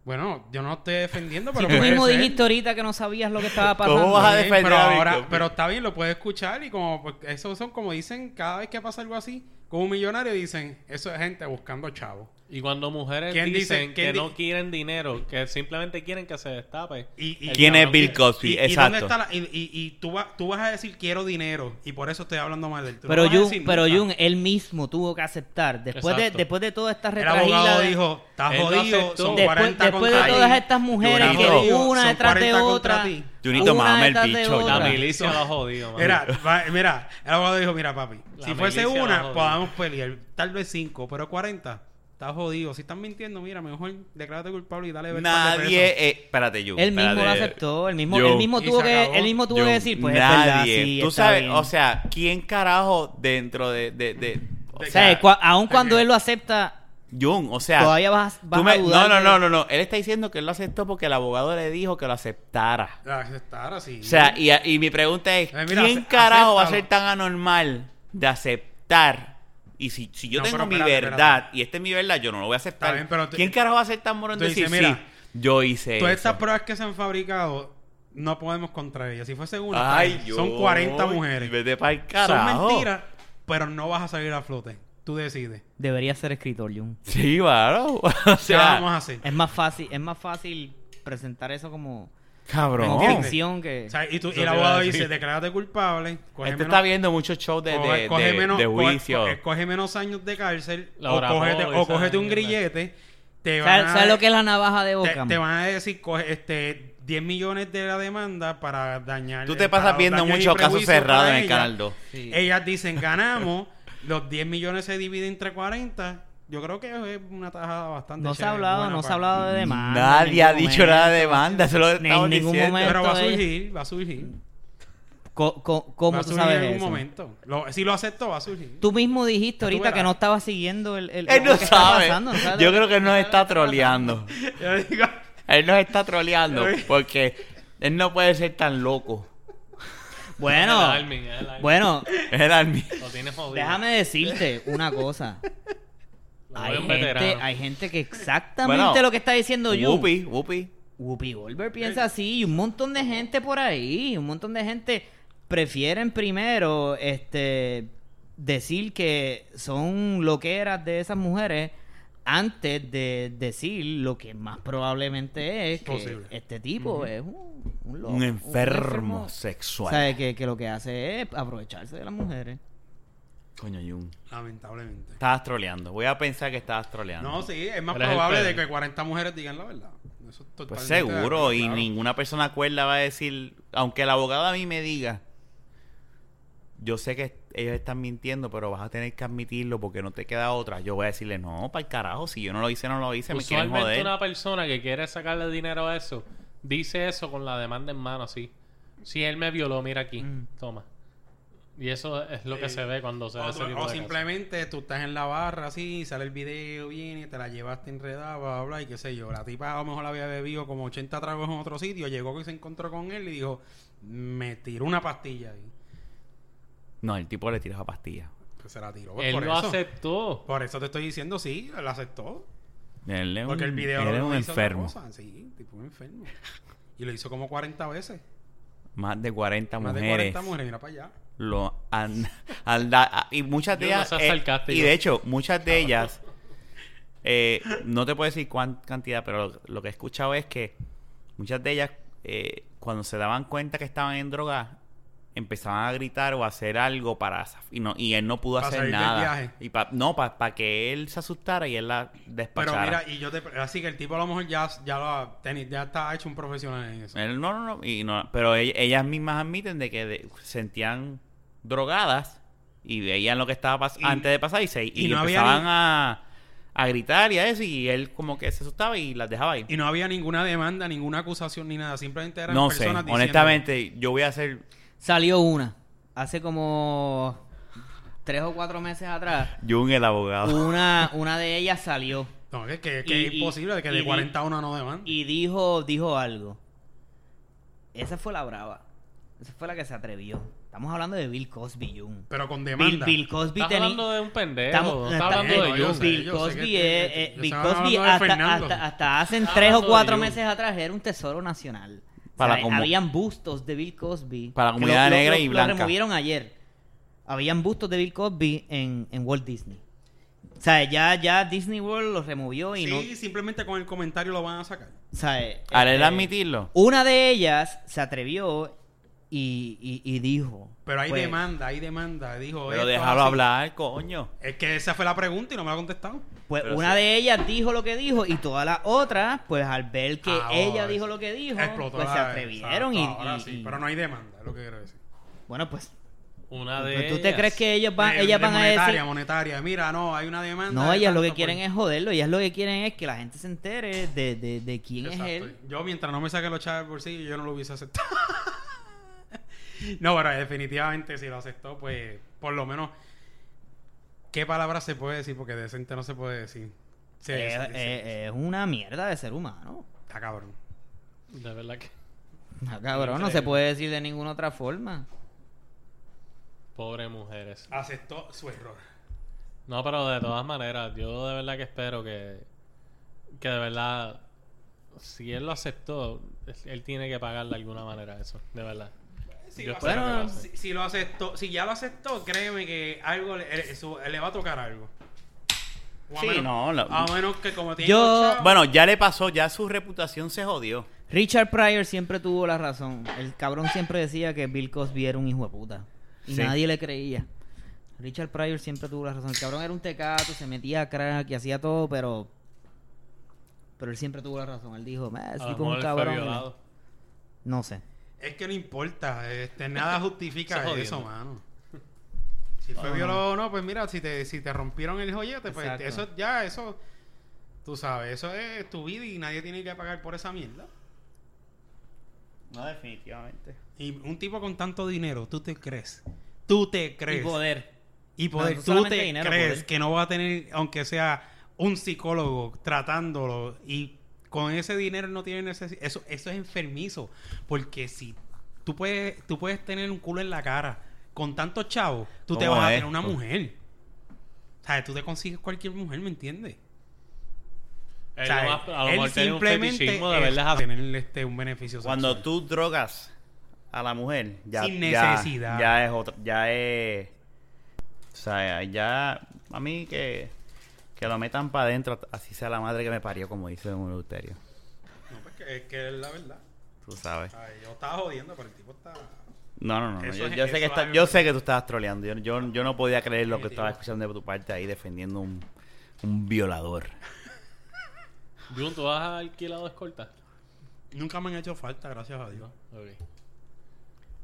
Speaker 3: Bueno, yo no estoy defendiendo,
Speaker 4: Si
Speaker 3: pero
Speaker 4: tú
Speaker 3: puede
Speaker 4: mismo
Speaker 3: ser.
Speaker 4: dijiste ahorita que no sabías lo que estaba
Speaker 1: ¿Cómo
Speaker 4: pasando.
Speaker 1: vas a
Speaker 3: Bien,
Speaker 1: defender
Speaker 3: pero
Speaker 1: a Bill
Speaker 3: ahora,
Speaker 1: Cosby?
Speaker 3: pero está bien, lo puedes escuchar y como porque eso son como dicen cada vez que pasa algo así, como un millonario dicen, eso es gente buscando chavo.
Speaker 2: Y cuando mujeres
Speaker 3: ¿Quién
Speaker 2: dicen
Speaker 3: dice- quién
Speaker 2: que
Speaker 3: di-
Speaker 2: no quieren dinero, que simplemente quieren que se destape.
Speaker 3: Y, y-
Speaker 2: El
Speaker 1: ¿Quién es
Speaker 2: cabrón
Speaker 1: Bill
Speaker 2: que-
Speaker 1: Cosby?
Speaker 3: y- y
Speaker 1: Exacto.
Speaker 3: dónde está la- y, y- y tú, va- tú vas a decir quiero dinero y por eso estoy hablando mal de él. Tú no
Speaker 4: Pero,
Speaker 3: vas a
Speaker 4: Jun,
Speaker 3: decir
Speaker 4: pero
Speaker 3: nunca.
Speaker 4: Jun, él mismo tuvo que aceptar. Después, de,
Speaker 2: Exacto.
Speaker 4: después de toda esta
Speaker 3: El
Speaker 4: retragila.
Speaker 3: abogado
Speaker 4: de-
Speaker 3: dijo, estás
Speaker 2: Él lo
Speaker 3: jodido,
Speaker 2: aceptó.
Speaker 3: son
Speaker 4: Después-
Speaker 3: 40
Speaker 4: después de
Speaker 3: contra ti".
Speaker 4: todas estas mujeres
Speaker 1: Junito.
Speaker 4: que una
Speaker 3: Son
Speaker 4: detrás de
Speaker 3: 40 contra
Speaker 4: otra.
Speaker 3: ti.
Speaker 1: Junito,
Speaker 4: una
Speaker 1: mámame el
Speaker 4: detrás de
Speaker 1: bicho,
Speaker 4: otra.
Speaker 2: La
Speaker 1: Ahora.
Speaker 2: milicia lo ha jodido, mano.
Speaker 3: Mira, va- mira, el abogado dijo, mira papi,
Speaker 2: La
Speaker 3: si fuese
Speaker 2: milicia la
Speaker 3: una,
Speaker 2: jodió.
Speaker 3: podamos pelear, tal vez cinco, pero 40, estás jodido. Si están mintiendo, mira, mejor declárate culpable y dale ver par de
Speaker 1: Nadie,
Speaker 3: pesos.
Speaker 1: eh, espérate, yo.
Speaker 4: Él mismo lo aceptó. Él mismo,
Speaker 1: Jun.
Speaker 4: él mismo
Speaker 3: Y
Speaker 4: tuvo,
Speaker 3: se
Speaker 4: que,
Speaker 3: acabó.
Speaker 4: él mismo tuvo que decir, pues es verdad,
Speaker 1: nadie.
Speaker 4: sí,
Speaker 1: Tú
Speaker 4: está
Speaker 1: sabes,
Speaker 4: bien.
Speaker 1: o sea, ¿quién carajo dentro de. de, de- o
Speaker 3: De
Speaker 4: O sea,
Speaker 1: sea,
Speaker 4: cua- aun cuando
Speaker 3: que-
Speaker 4: él lo acepta,
Speaker 1: Jun, o sea.
Speaker 4: Todavía vas- vas
Speaker 1: tú me-
Speaker 4: a dudar
Speaker 1: No, no,
Speaker 4: de-
Speaker 1: no, no, no. Él está diciendo que él lo aceptó porque el abogado le dijo que lo aceptara.
Speaker 3: La aceptar así.
Speaker 1: O sea, y, y mi pregunta es:
Speaker 3: Eh, mira,
Speaker 1: ¿quién
Speaker 3: ace-
Speaker 1: carajo va a
Speaker 3: acéptalo.
Speaker 1: ser tan anormal de aceptar? Y si, si yo
Speaker 3: No,
Speaker 1: tengo
Speaker 3: pero
Speaker 1: mi
Speaker 3: espérate,
Speaker 1: verdad y esta es mi verdad, yo no lo voy a aceptar.
Speaker 3: Está bien, pero tú-
Speaker 1: ¿Quién carajo va a ser tan morón
Speaker 3: tú
Speaker 1: de decir,
Speaker 3: dices, mira,
Speaker 1: sí, yo hice
Speaker 3: Todas
Speaker 1: eso?
Speaker 3: estas pruebas que se han fabricado, no podemos contra ellas. Si fuese una,
Speaker 1: Ay,
Speaker 3: está bien.
Speaker 1: yo-
Speaker 3: son 40 mujeres.
Speaker 1: Vete pa'l
Speaker 3: Son
Speaker 1: carajo.
Speaker 3: mentiras, pero no vas a salir a flote. Tú decides.
Speaker 4: debería ser escritor, Jun.
Speaker 1: Sí, claro. <laughs> O
Speaker 3: ¿Qué vamos a
Speaker 1: sea, em,
Speaker 3: hacer?
Speaker 4: Es más fácil, es más fácil presentar eso como,
Speaker 1: cabrón.
Speaker 4: como ficción que.
Speaker 3: O sea, y, tú- y el
Speaker 2: Yo te iba a
Speaker 3: abogado
Speaker 2: decir.
Speaker 3: dice, declárate culpable. coge
Speaker 1: Este
Speaker 3: menos-
Speaker 1: está viendo muchos shows de, de,
Speaker 3: coge-
Speaker 1: de-
Speaker 3: coge menos-
Speaker 1: de
Speaker 3: coge-
Speaker 1: juicio.
Speaker 3: coge- coge menos años de cárcel
Speaker 2: La
Speaker 3: o
Speaker 2: hora
Speaker 3: cógete,
Speaker 2: joven,
Speaker 3: o
Speaker 2: esa
Speaker 3: cógete un
Speaker 2: mierda.
Speaker 3: grillete. Te van
Speaker 4: ¿Sabes
Speaker 3: a,
Speaker 4: sabes lo que es la navaja de
Speaker 3: te,
Speaker 4: Ockham?
Speaker 3: te van a decir coge, este 10 millones de la demanda para dañar
Speaker 1: Tú te
Speaker 3: para
Speaker 1: pasas
Speaker 3: los
Speaker 1: viendo
Speaker 3: daños y
Speaker 1: muchos casos
Speaker 3: prejuicios
Speaker 1: cerrados en
Speaker 3: para
Speaker 1: el
Speaker 3: ella.
Speaker 1: Canal 2.
Speaker 4: Sí.
Speaker 3: Ellas
Speaker 4: <laughs>
Speaker 3: dicen, ganamos, los 10 millones se dividen entre 40. Yo creo que es una tajada bastante
Speaker 4: No se ha
Speaker 3: chévere,
Speaker 4: hablado,
Speaker 3: buena
Speaker 4: no se ha
Speaker 3: para-
Speaker 4: hablado de demanda. en
Speaker 1: Nadie
Speaker 4: ningún
Speaker 1: ha dicho
Speaker 4: momento.
Speaker 1: nada de banda, se lo
Speaker 4: En
Speaker 1: estamos
Speaker 4: ningún
Speaker 1: diciendo.
Speaker 4: momento.
Speaker 3: Pero va a
Speaker 4: Esto es-
Speaker 3: surgir, va a surgir.
Speaker 4: Co- co- ¿Cómo
Speaker 3: va a
Speaker 4: tú
Speaker 3: surgir
Speaker 4: sabes
Speaker 3: en algún
Speaker 4: eso?
Speaker 3: momento. Lo- si lo acepto, va a surgir.
Speaker 4: Tú mismo
Speaker 1: Ah,
Speaker 4: dijiste
Speaker 3: Tú
Speaker 4: ahorita
Speaker 3: verás.
Speaker 4: que no estaba siguiendo el.
Speaker 1: <laughs>
Speaker 4: el-
Speaker 1: Él
Speaker 4: lo
Speaker 1: no
Speaker 4: que estaba
Speaker 1: sabe.
Speaker 4: pasando, no sabe
Speaker 1: Yo
Speaker 4: lo
Speaker 1: creo que él nos está
Speaker 4: pasando.
Speaker 1: troleando.
Speaker 3: <laughs> Yo digo,
Speaker 1: Él nos está troleando porque él no puede ser tan loco.
Speaker 2: Es el
Speaker 4: Bueno,
Speaker 2: Armin, es el
Speaker 1: <laughs>
Speaker 2: Armin.
Speaker 4: bueno,
Speaker 1: Era el mismo.
Speaker 2: Lo tiene jodido.
Speaker 4: déjame decirte una cosa.
Speaker 2: Lo veo
Speaker 4: Hay
Speaker 2: un
Speaker 4: gente,
Speaker 2: veterano.
Speaker 4: hay gente que exactamente
Speaker 1: Bueno,
Speaker 4: lo que está diciendo yo.
Speaker 1: Whoopi, Whoopi.
Speaker 4: Whoopi Goldberg piensa así y un montón de gente por ahí, un montón de gente prefieren primero este decir que son loqueras de esas mujeres antes de decir lo que más probablemente es que
Speaker 3: Posible.
Speaker 4: este tipo es un, un loco,
Speaker 1: Un
Speaker 4: enfermo.
Speaker 1: enfermo sexual.
Speaker 4: ¿Sabe? Que, que lo que hace es aprovecharse de las mujeres.
Speaker 1: Coño, Jun.
Speaker 3: lamentablemente.
Speaker 1: Estabas troleando. Voy a pensar que estabas troleando.
Speaker 3: No, sí, es más
Speaker 2: Pero es el
Speaker 3: probable
Speaker 2: pelo.
Speaker 3: de que 40 mujeres digan la verdad. Eso es
Speaker 1: Pues
Speaker 3: totalmente de
Speaker 1: seguro,
Speaker 3: acuerdo,
Speaker 1: y
Speaker 3: claro.
Speaker 1: ninguna persona cuerda va a decir, aunque el abogado a mí me diga, yo sé que ellos están mintiendo, pero vas a tener que admitirlo porque no te queda otra. Yo voy a decirle, no, para el carajo, si yo no lo hice, no lo hice, me quieren
Speaker 2: Usualmente
Speaker 1: joder.
Speaker 2: una persona que quiere sacarle dinero a eso, dice eso con la demanda en mano, así. Si él me violó, mira aquí, toma. Y eso es lo que
Speaker 3: Sí.
Speaker 2: se ve cuando se ve
Speaker 3: O,
Speaker 2: ese
Speaker 3: tú-
Speaker 2: tipo
Speaker 3: o
Speaker 2: de cosas.
Speaker 3: simplemente tú estás en la barra así, sale el video, viene, te la llevaste enredada, bla, bla, bla, y qué sé yo. La tipa a lo mejor había bebido como 80 tragos en otro sitio, llegó que se encontró con él y dijo, me tiró una pastilla ahí.
Speaker 1: No, el tipo le tira la pastilla.
Speaker 3: Pues se la tiró. Pues
Speaker 2: Él
Speaker 3: por
Speaker 2: lo
Speaker 3: eso.
Speaker 2: aceptó.
Speaker 3: Por eso te estoy diciendo, sí, la aceptó.
Speaker 1: Él es
Speaker 3: Porque
Speaker 1: un,
Speaker 3: el video
Speaker 1: él es
Speaker 3: no
Speaker 1: un
Speaker 3: hizo otra
Speaker 1: enfermo.
Speaker 3: cosa. Sí, tipo un enfermo. Y lo hizo como 40 veces.
Speaker 1: Más de 40
Speaker 3: Más de
Speaker 1: mujeres.
Speaker 3: 40 mujeres, mira para allá.
Speaker 1: lo han, han da- a- y muchas de
Speaker 2: Yo no
Speaker 1: ellas
Speaker 2: seas
Speaker 1: eh,
Speaker 2: sarcástico.
Speaker 1: y de hecho muchas de ellas eh, no te puedo decir cuán cantidad pero lo, lo que he escuchado es que muchas de ellas eh, cuando se daban cuenta que estaban en droga empezaban a gritar o a hacer algo para zaf- y no y él no pudo
Speaker 3: Para
Speaker 1: hacer
Speaker 3: salir del
Speaker 1: nada
Speaker 3: viaje.
Speaker 1: y pa- no para que él se asustara y él la
Speaker 3: Pero
Speaker 1: despachara
Speaker 3: mira, y yo te... Así que el tipo a lo mejor ya, ya, lo ha- teni- ya está hecho un profesional en
Speaker 4: Eh.
Speaker 3: eso.
Speaker 1: Él, no, no, no, y no- Pero ell- ellas mismas admiten de que de- sentían drogadas y veían lo que estaba pas-
Speaker 3: Y-
Speaker 1: antes de pasar y, se, y,
Speaker 3: y no había
Speaker 1: empezaban
Speaker 3: ni-
Speaker 1: a, a gritar y a eso. Y él como que se asustaba y las dejaba ahí.
Speaker 3: Y no había ninguna demanda, ninguna acusación ni nada. Simplemente eran
Speaker 1: No sé,
Speaker 3: personas diciendo-
Speaker 1: honestamente, yo voy a hacer...
Speaker 4: Salió una. Hace como tres o cuatro meses atrás.
Speaker 1: Jun el abogado.
Speaker 4: Una, una de ellas salió
Speaker 3: No, que, que,
Speaker 4: Y-
Speaker 3: que es
Speaker 4: y-
Speaker 3: imposible que
Speaker 4: y
Speaker 3: de
Speaker 4: di-
Speaker 3: 40 a una no demanda.
Speaker 4: y dijo, dijo algo. Esa fue la brava. Esa fue la que se atrevió. Estamos hablando de Bill Cosby, Jun.
Speaker 3: pero con
Speaker 4: Bill,
Speaker 3: demanda.
Speaker 4: Bill Cosby
Speaker 2: Estás
Speaker 4: teni-
Speaker 2: hablando de un pendejo. estás
Speaker 4: Estamos- está-
Speaker 2: hablando
Speaker 3: eh,
Speaker 2: de
Speaker 3: yo
Speaker 2: John.
Speaker 3: sé,
Speaker 4: Bill
Speaker 3: yo sé que estoy-
Speaker 4: Cosby, es-
Speaker 3: yo-
Speaker 4: eh,
Speaker 3: yo
Speaker 4: Bill
Speaker 3: estaba
Speaker 4: Cosby
Speaker 3: hablando de
Speaker 4: hasta,
Speaker 3: Fernando.
Speaker 4: hasta, hasta hace
Speaker 2: Estaba
Speaker 4: tres o
Speaker 2: hablando de
Speaker 4: cuatro
Speaker 2: Jun.
Speaker 4: meses atrás era un tesoro nacional. O
Speaker 1: Para
Speaker 4: sea,
Speaker 1: como-
Speaker 4: habían bustos de Bill Cosby.
Speaker 1: Para la
Speaker 4: que
Speaker 1: comunidad negra y blanca.
Speaker 4: Lo removieron ayer. Habían bustos de Bill Cosby en, en Walt Disney. O sea, ya, ya Disney World los removió y
Speaker 3: Sí,
Speaker 4: no...
Speaker 3: simplemente con el comentario lo van a sacar.
Speaker 4: o sea, eh,
Speaker 1: <laughs> Al él
Speaker 4: eh,
Speaker 1: admitirlo.
Speaker 4: Una de ellas se atrevió y, y- y dijo...
Speaker 3: Pero hay
Speaker 4: pues,
Speaker 3: demanda, hay demanda. Dijo,
Speaker 1: Pero
Speaker 3: esto
Speaker 1: déjalo
Speaker 3: así.
Speaker 1: hablar, coño.
Speaker 3: Es que esa fue la pregunta y no me la ha contestado.
Speaker 4: Pues
Speaker 1: Pero
Speaker 4: una
Speaker 1: sí.
Speaker 4: de ellas dijo lo que dijo y todas las otras, pues al ver que
Speaker 3: Ah,
Speaker 4: ella
Speaker 3: oh,
Speaker 4: dijo lo que dijo,
Speaker 3: Explotó
Speaker 4: pues
Speaker 3: la-
Speaker 4: se atrevieron y,
Speaker 3: exacto, ahora
Speaker 4: y-
Speaker 3: sí,
Speaker 4: y-
Speaker 3: Pero no hay demanda, es lo que quiero decir.
Speaker 4: bueno, pues
Speaker 2: Una de
Speaker 4: ¿tú te
Speaker 2: ellas.
Speaker 4: crees que ellas van,
Speaker 3: De-
Speaker 4: ellas
Speaker 3: Eh, de
Speaker 4: van a
Speaker 3: monetaria,
Speaker 4: decir?
Speaker 3: monetaria. Mira, no, hay una demanda.
Speaker 4: No,
Speaker 3: de
Speaker 4: ellas lo que
Speaker 3: tanto
Speaker 4: quieren
Speaker 3: por-
Speaker 4: es joderlo, ellas lo que quieren es que la gente se entere de, de, de quién
Speaker 3: Exacto.
Speaker 4: es él.
Speaker 3: Yo mientras no me saque los chavos del bolsillo, yo no lo hubiese aceptado. <laughs> no, pero definitivamente si lo aceptó, pues por lo menos, ¿qué palabra se puede decir? Porque decente no se puede decir. Sí,
Speaker 4: Eh,
Speaker 3: sí, sí,
Speaker 4: eh, eh, es una mierda de ser humano. <laughs>
Speaker 3: Está cabrón.
Speaker 2: De verdad que...
Speaker 4: Ah, Cabrón, no se
Speaker 3: Increíble.
Speaker 4: puede decir de ninguna otra forma.
Speaker 2: Pobre mujeres.
Speaker 3: Aceptó su error.
Speaker 2: No, pero de todas maneras, yo de verdad que espero que... Que de verdad... Si él lo aceptó, él tiene que pagar de alguna manera eso. De verdad.
Speaker 3: Si,
Speaker 2: Yo
Speaker 3: lo
Speaker 2: espero
Speaker 3: aceptó-
Speaker 2: que lo
Speaker 3: si,
Speaker 2: acepte.
Speaker 3: si lo aceptó, si ya lo aceptó, créeme que algo le, eh, su- le va a tocar algo. O a
Speaker 1: Sí,
Speaker 3: menos-
Speaker 1: no, la-
Speaker 3: A menos que como tiene
Speaker 4: Yo-
Speaker 3: los chavos-
Speaker 1: Bueno, ya le pasó, ya su reputación se jodió.
Speaker 4: Richard Pryor siempre tuvo la razón. El cabrón siempre decía que Bill Cosby era un hijo de puta. Y
Speaker 1: Sí.
Speaker 4: nadie le creía. Richard Pryor siempre tuvo la razón. El cabrón era un tecato, se metía a crack y hacía todo, pero. Pero él siempre tuvo la razón. Él dijo, "Meh, ese
Speaker 2: A lo
Speaker 4: tipo es
Speaker 2: mejor
Speaker 4: un
Speaker 2: él fue
Speaker 4: cabrón.
Speaker 2: violado.
Speaker 4: No sé.
Speaker 3: Es que no importa, este, nada justifica
Speaker 2: Está jodiendo.
Speaker 3: eso, mano. Si fue violado o no, pues mira, si te, si te rompieron el joyete, pues
Speaker 4: Exacto.
Speaker 3: eso ya, eso, tú sabes, eso es tu vida y nadie tiene que pagar por esa mierda.
Speaker 1: No, definitivamente.
Speaker 3: Y un tipo con tanto dinero, ¿tú te crees? ¿Tú te crees?
Speaker 4: Y poder.
Speaker 3: Y poder,
Speaker 4: No, no
Speaker 3: ¿tú
Speaker 4: solamente
Speaker 3: te
Speaker 4: dinero,
Speaker 3: crees
Speaker 4: poder.
Speaker 3: que no va a tener, aunque sea un psicólogo tratándolo y con ese dinero no tiene necesidad? Eso, eso es enfermizo. Porque si tú puedes, tú puedes tener un culo en la cara con tantos chavos, tú te
Speaker 1: ¿Cómo
Speaker 3: vas a
Speaker 1: es?
Speaker 3: tener una mujer. O sea, tú te consigues cualquier mujer, ¿me entiendes?
Speaker 2: Él
Speaker 3: O sea,
Speaker 2: lo más- a lo mejor tenía un fetichismo de
Speaker 3: es
Speaker 2: verdad.
Speaker 3: tener este, un beneficio
Speaker 1: Cuando
Speaker 3: sexual.
Speaker 1: tú drogas a la mujer, ya,
Speaker 3: Sin
Speaker 1: ya-
Speaker 3: necesidad.
Speaker 1: Ya, es otra, ya es. O sea, ya a mí que, que lo metan para adentro, así sea la madre que me parió, como dice un adulterio.
Speaker 3: No, pues que, es que es la verdad.
Speaker 1: Tú sabes.
Speaker 3: Ay, yo estaba jodiendo, pero el tipo está...
Speaker 1: No, no, no. no,
Speaker 3: Eso
Speaker 1: Yo,
Speaker 3: es-
Speaker 1: yo sé que
Speaker 3: eso
Speaker 1: está-
Speaker 3: es-
Speaker 1: yo sé que tú estabas troleando. Yo, yo, yo no podía creer lo que estaba escuchando de tu parte ahí defendiendo un, un violador.
Speaker 2: Jun, ¿tú has alquilado escolta?
Speaker 3: Nunca me han hecho falta, gracias a Dios.
Speaker 2: Ok.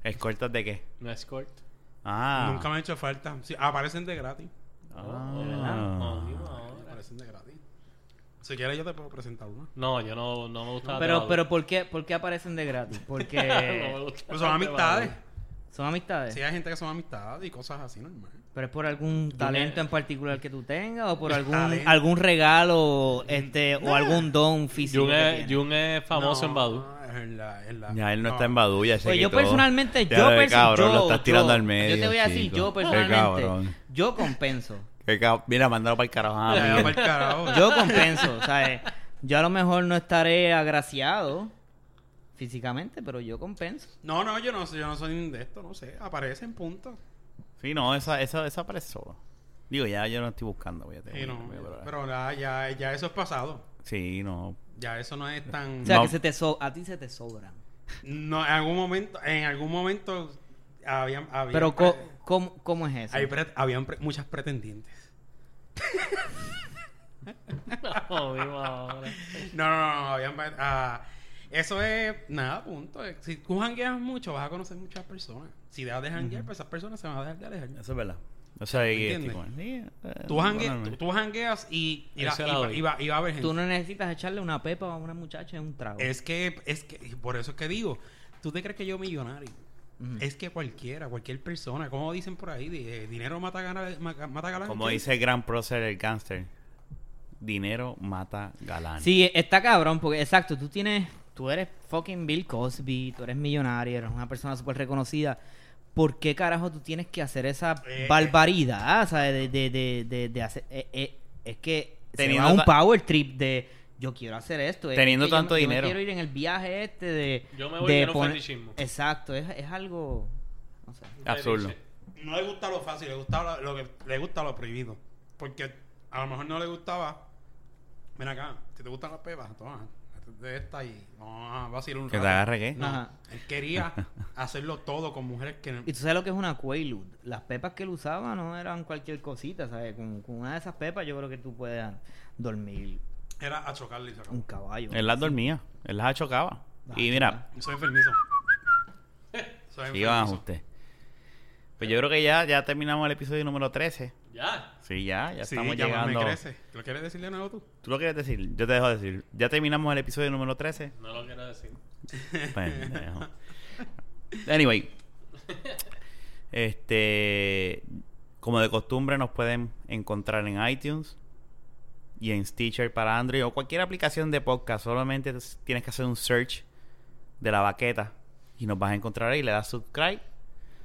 Speaker 1: ¿Escoltas de qué?
Speaker 2: No escort.
Speaker 1: Ah.
Speaker 3: Nunca me ha hecho falta. Sí, aparecen de gratis.
Speaker 1: Ah.
Speaker 2: Oh, de verdad. No, ni una hora.
Speaker 3: Aparecen de gratis. Si quieres, yo te puedo presentar una.
Speaker 2: No, yo no, no me gusta. la
Speaker 4: Pero,
Speaker 2: Tebalu.
Speaker 4: pero ¿por, qué, ¿por qué aparecen de gratis?
Speaker 2: <laughs> No me
Speaker 4: Porque
Speaker 2: gusta
Speaker 3: Pero
Speaker 2: la
Speaker 3: Eh, Pues son amistades.
Speaker 2: Tebalu.
Speaker 4: son amistades.
Speaker 3: Sí, hay gente que son amistades y cosas así, normal.
Speaker 4: Pero es por algún talento en particular que tú tengas o por algún
Speaker 3: Talento.
Speaker 4: algún regalo este o algún don físico.
Speaker 2: Jun
Speaker 4: que
Speaker 2: es,
Speaker 4: tienes.
Speaker 2: Jun es famoso
Speaker 3: No,
Speaker 2: en Badu.
Speaker 3: <laughs> en la- en la-
Speaker 1: Ya él no, está en Badulla. ese
Speaker 4: Pues yo
Speaker 1: que todo.
Speaker 4: personalmente, yo,
Speaker 1: Ya, de
Speaker 4: perso-
Speaker 1: cabrón,
Speaker 4: yo,
Speaker 1: lo estás
Speaker 4: yo-
Speaker 1: tirando al medio.
Speaker 4: Yo te voy a decir,
Speaker 1: chico.
Speaker 4: yo
Speaker 1: Qué
Speaker 4: personalmente,
Speaker 1: cabrón.
Speaker 4: yo compenso.
Speaker 1: Qué cab- Mira, mándalo para el carajo. Ah,
Speaker 3: Ya,
Speaker 1: Miguel.
Speaker 3: pa'l carajo.
Speaker 4: Yo compenso, ¿sabes? Yo a lo mejor no estaré agraciado físicamente, pero yo compenso.
Speaker 3: No, no, yo no, soy- yo no soy de esto, no sé. Aparecen puntos.
Speaker 1: Sí, no, esa, esa, esa aparece sola. Digo, ya yo no estoy buscando. Voy a tener,
Speaker 3: Sí, no,
Speaker 1: voy a probar.
Speaker 3: pero la- ya, ya eso es pasado.
Speaker 1: Sí, no.
Speaker 3: Ya eso no es tan...
Speaker 4: O sea,
Speaker 1: No.
Speaker 4: que se te so- a ti se te sobran.
Speaker 3: No, en algún momento, en algún momento habían... habían
Speaker 4: Pero
Speaker 3: pre-
Speaker 4: co- ¿cómo, cómo es
Speaker 3: hay
Speaker 4: eso?
Speaker 3: pre- habían pre- muchas pretendientes.
Speaker 2: No, mi madre.
Speaker 3: No, no, no, no, habían... pre- ah, eso es... Nada, punto. Si tú jangueas mucho, vas a conocer muchas personas. Si dejas de janguear, pues esas personas se van a dejar de alejar.
Speaker 1: Eso es verdad. O sea, ahí
Speaker 3: ¿Me
Speaker 1: estoy
Speaker 3: entiendes?
Speaker 1: con- sí, eh,
Speaker 3: Tú, jangue-
Speaker 1: normal.
Speaker 3: tú, tú jangueas y, y, la-
Speaker 2: Ese
Speaker 3: y-
Speaker 2: lado.
Speaker 3: y va, y va a haber gente.
Speaker 4: Tú no necesitas echarle una pepa a una muchacha en un trago.
Speaker 3: Es que, es que, y por eso es que digo, ¿tú te crees que yo millonario?
Speaker 4: Ujú.
Speaker 3: Es que cualquiera, cualquier persona, como dicen por ahí, di- eh, dinero mata galán. Mata galán
Speaker 1: Como
Speaker 3: ¿qué?
Speaker 1: dice el gran prócer el gangster, dinero mata
Speaker 2: Ah,
Speaker 1: galán.
Speaker 4: Sí, está cabrón, porque exacto, tú tienes, tú eres fucking Bill Cosby, tú eres millonario, eres una persona súper reconocida. ¿Por qué carajo tú tienes que hacer esa
Speaker 3: Eh,
Speaker 4: barbaridad? ¿Sabes? De, de, de, de, de hacer. eh, eh, es que
Speaker 1: Teniendo
Speaker 4: se va un
Speaker 1: ta-
Speaker 4: power trip de yo quiero hacer esto. es
Speaker 1: Teniendo
Speaker 4: que yo-
Speaker 1: tanto
Speaker 4: yo me
Speaker 1: dinero.
Speaker 4: quiero ir en el viaje este de.
Speaker 2: Yo me voy
Speaker 4: de
Speaker 2: a un
Speaker 4: poner-
Speaker 2: fetichismo.
Speaker 4: Exacto, es, es algo. No sé.
Speaker 1: Absurdo.
Speaker 3: No le gusta lo fácil, le gusta lo, lo que le gusta lo prohibido. Porque a lo mejor no le gustaba. Ven acá, si te gustan las pepas, toma, de esta y vamos a vacilar un
Speaker 1: ¿Que te
Speaker 3: rato.
Speaker 1: agarre qué?
Speaker 3: No,
Speaker 4: Ajá.
Speaker 3: él
Speaker 1: <laughs>
Speaker 3: quería hacerlo todo con mujeres que no-
Speaker 4: Y tú sabes lo que es una Quaalude. Las pepas que él usaba no eran cualquier cosita, ¿sabes? Con, con una de esas pepas yo creo que tú puedes dormir
Speaker 3: era a chocarle y se acabó.
Speaker 4: un caballo.
Speaker 1: Él las dormía, él las achocaba. y mira,
Speaker 3: Soy
Speaker 4: <laughs>
Speaker 3: enfermizo. Soy
Speaker 1: sí, vamos usted. Pues yo creo que ya, ya terminamos el episodio número 13.
Speaker 2: Ya.
Speaker 1: Sí, ya, ya
Speaker 3: Sí,
Speaker 1: estamos
Speaker 3: ya más
Speaker 1: llegando.
Speaker 3: me crece. ¿Lo quieres decir de nuevo tú?
Speaker 1: ¿Tú lo quieres decir? Yo te dejo decir. Ya terminamos el episodio número 13.
Speaker 2: No lo quiero decir.
Speaker 1: Pendejo. Anyway. Este. Como de costumbre, nos pueden encontrar en iTunes y en Stitcher para Android o cualquier aplicación de podcast. Solamente tienes que hacer un search de la baqueta y nos vas a encontrar ahí. Le das subscribe.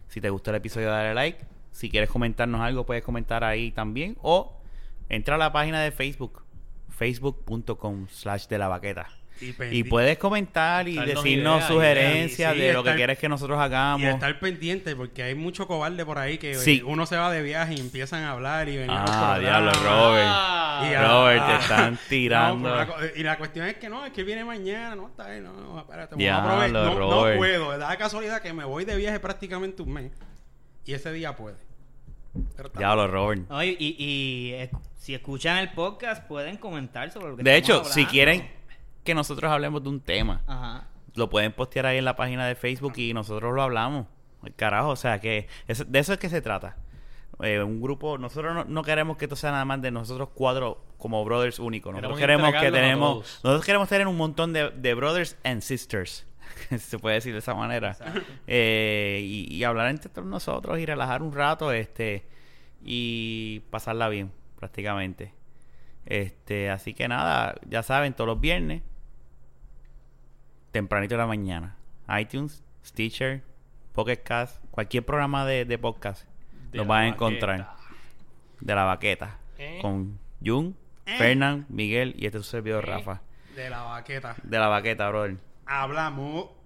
Speaker 1: Si te gustó el episodio, dale like. Si quieres comentarnos algo, puedes comentar ahí también. O entra a la página de Facebook, facebook.com slash de la baqueta. Y
Speaker 3: pendi-
Speaker 1: puedes comentar y
Speaker 2: Darnos
Speaker 1: decirnos
Speaker 2: ideas,
Speaker 1: sugerencias
Speaker 3: ideas. Y sí,
Speaker 1: de lo que
Speaker 3: estar-
Speaker 1: quieres que nosotros
Speaker 3: Y
Speaker 1: hagamos.
Speaker 3: estar pendiente porque hay mucho cobarde por ahí que
Speaker 1: Sí.
Speaker 3: uno se va de viaje y empiezan a hablar y venimos
Speaker 1: Ah,
Speaker 3: por
Speaker 1: diablo, Robert.
Speaker 2: Ah.
Speaker 3: Y
Speaker 1: Robert, te
Speaker 3: ah.
Speaker 1: están
Speaker 3: No,
Speaker 1: tirando.
Speaker 3: pero la co- y la cuestión es que no, es que viene mañana, no está ahí, no, no, espérate, me voy a
Speaker 1: Diablo,
Speaker 3: aprovechar. no, no
Speaker 1: Robert.
Speaker 3: puedo, da la casualidad que me voy de viaje prácticamente un mes y ese día puede. Pero está-
Speaker 1: Diablo, Robert.
Speaker 4: No, y, y- y, eh, si escuchan el podcast pueden comentar sobre lo que
Speaker 1: De hecho,
Speaker 4: estamos
Speaker 1: si
Speaker 4: hablando.
Speaker 1: quieren que nosotros hablemos de un tema,
Speaker 4: Ajá.
Speaker 1: lo pueden postear ahí en la página de Facebook y nosotros lo hablamos. Ay, Carajo, o sea que eso- de eso es que se trata. Eh, un grupo, nosotros no, no queremos que esto sea nada más de nosotros cuatro como brothers únicos. Nosotros
Speaker 2: Queremos
Speaker 1: queremos, que
Speaker 2: entregarlos a
Speaker 1: tenemos,
Speaker 2: todos.
Speaker 1: nosotros queremos tener un montón de, de brothers and sisters. <laughs> si se puede decir de esa manera. Eh, y, y hablar entre todos nosotros y relajar un rato, este, y pasarla bien, prácticamente. Este, así que nada, ya saben, todos los viernes tempranito de la mañana. iTunes, Stitcher, Pocket Cast, cualquier programa de, de podcast
Speaker 2: De
Speaker 1: nos
Speaker 2: la
Speaker 1: vas a encontrar.
Speaker 2: baqueta.
Speaker 1: De la baqueta.
Speaker 2: ¿Eh?
Speaker 1: Con Jun,
Speaker 2: Eh.
Speaker 1: Fernán, Miguel y este su servidor Rafa.
Speaker 3: De la baqueta.
Speaker 1: De la baqueta, brother.
Speaker 3: Hablamos.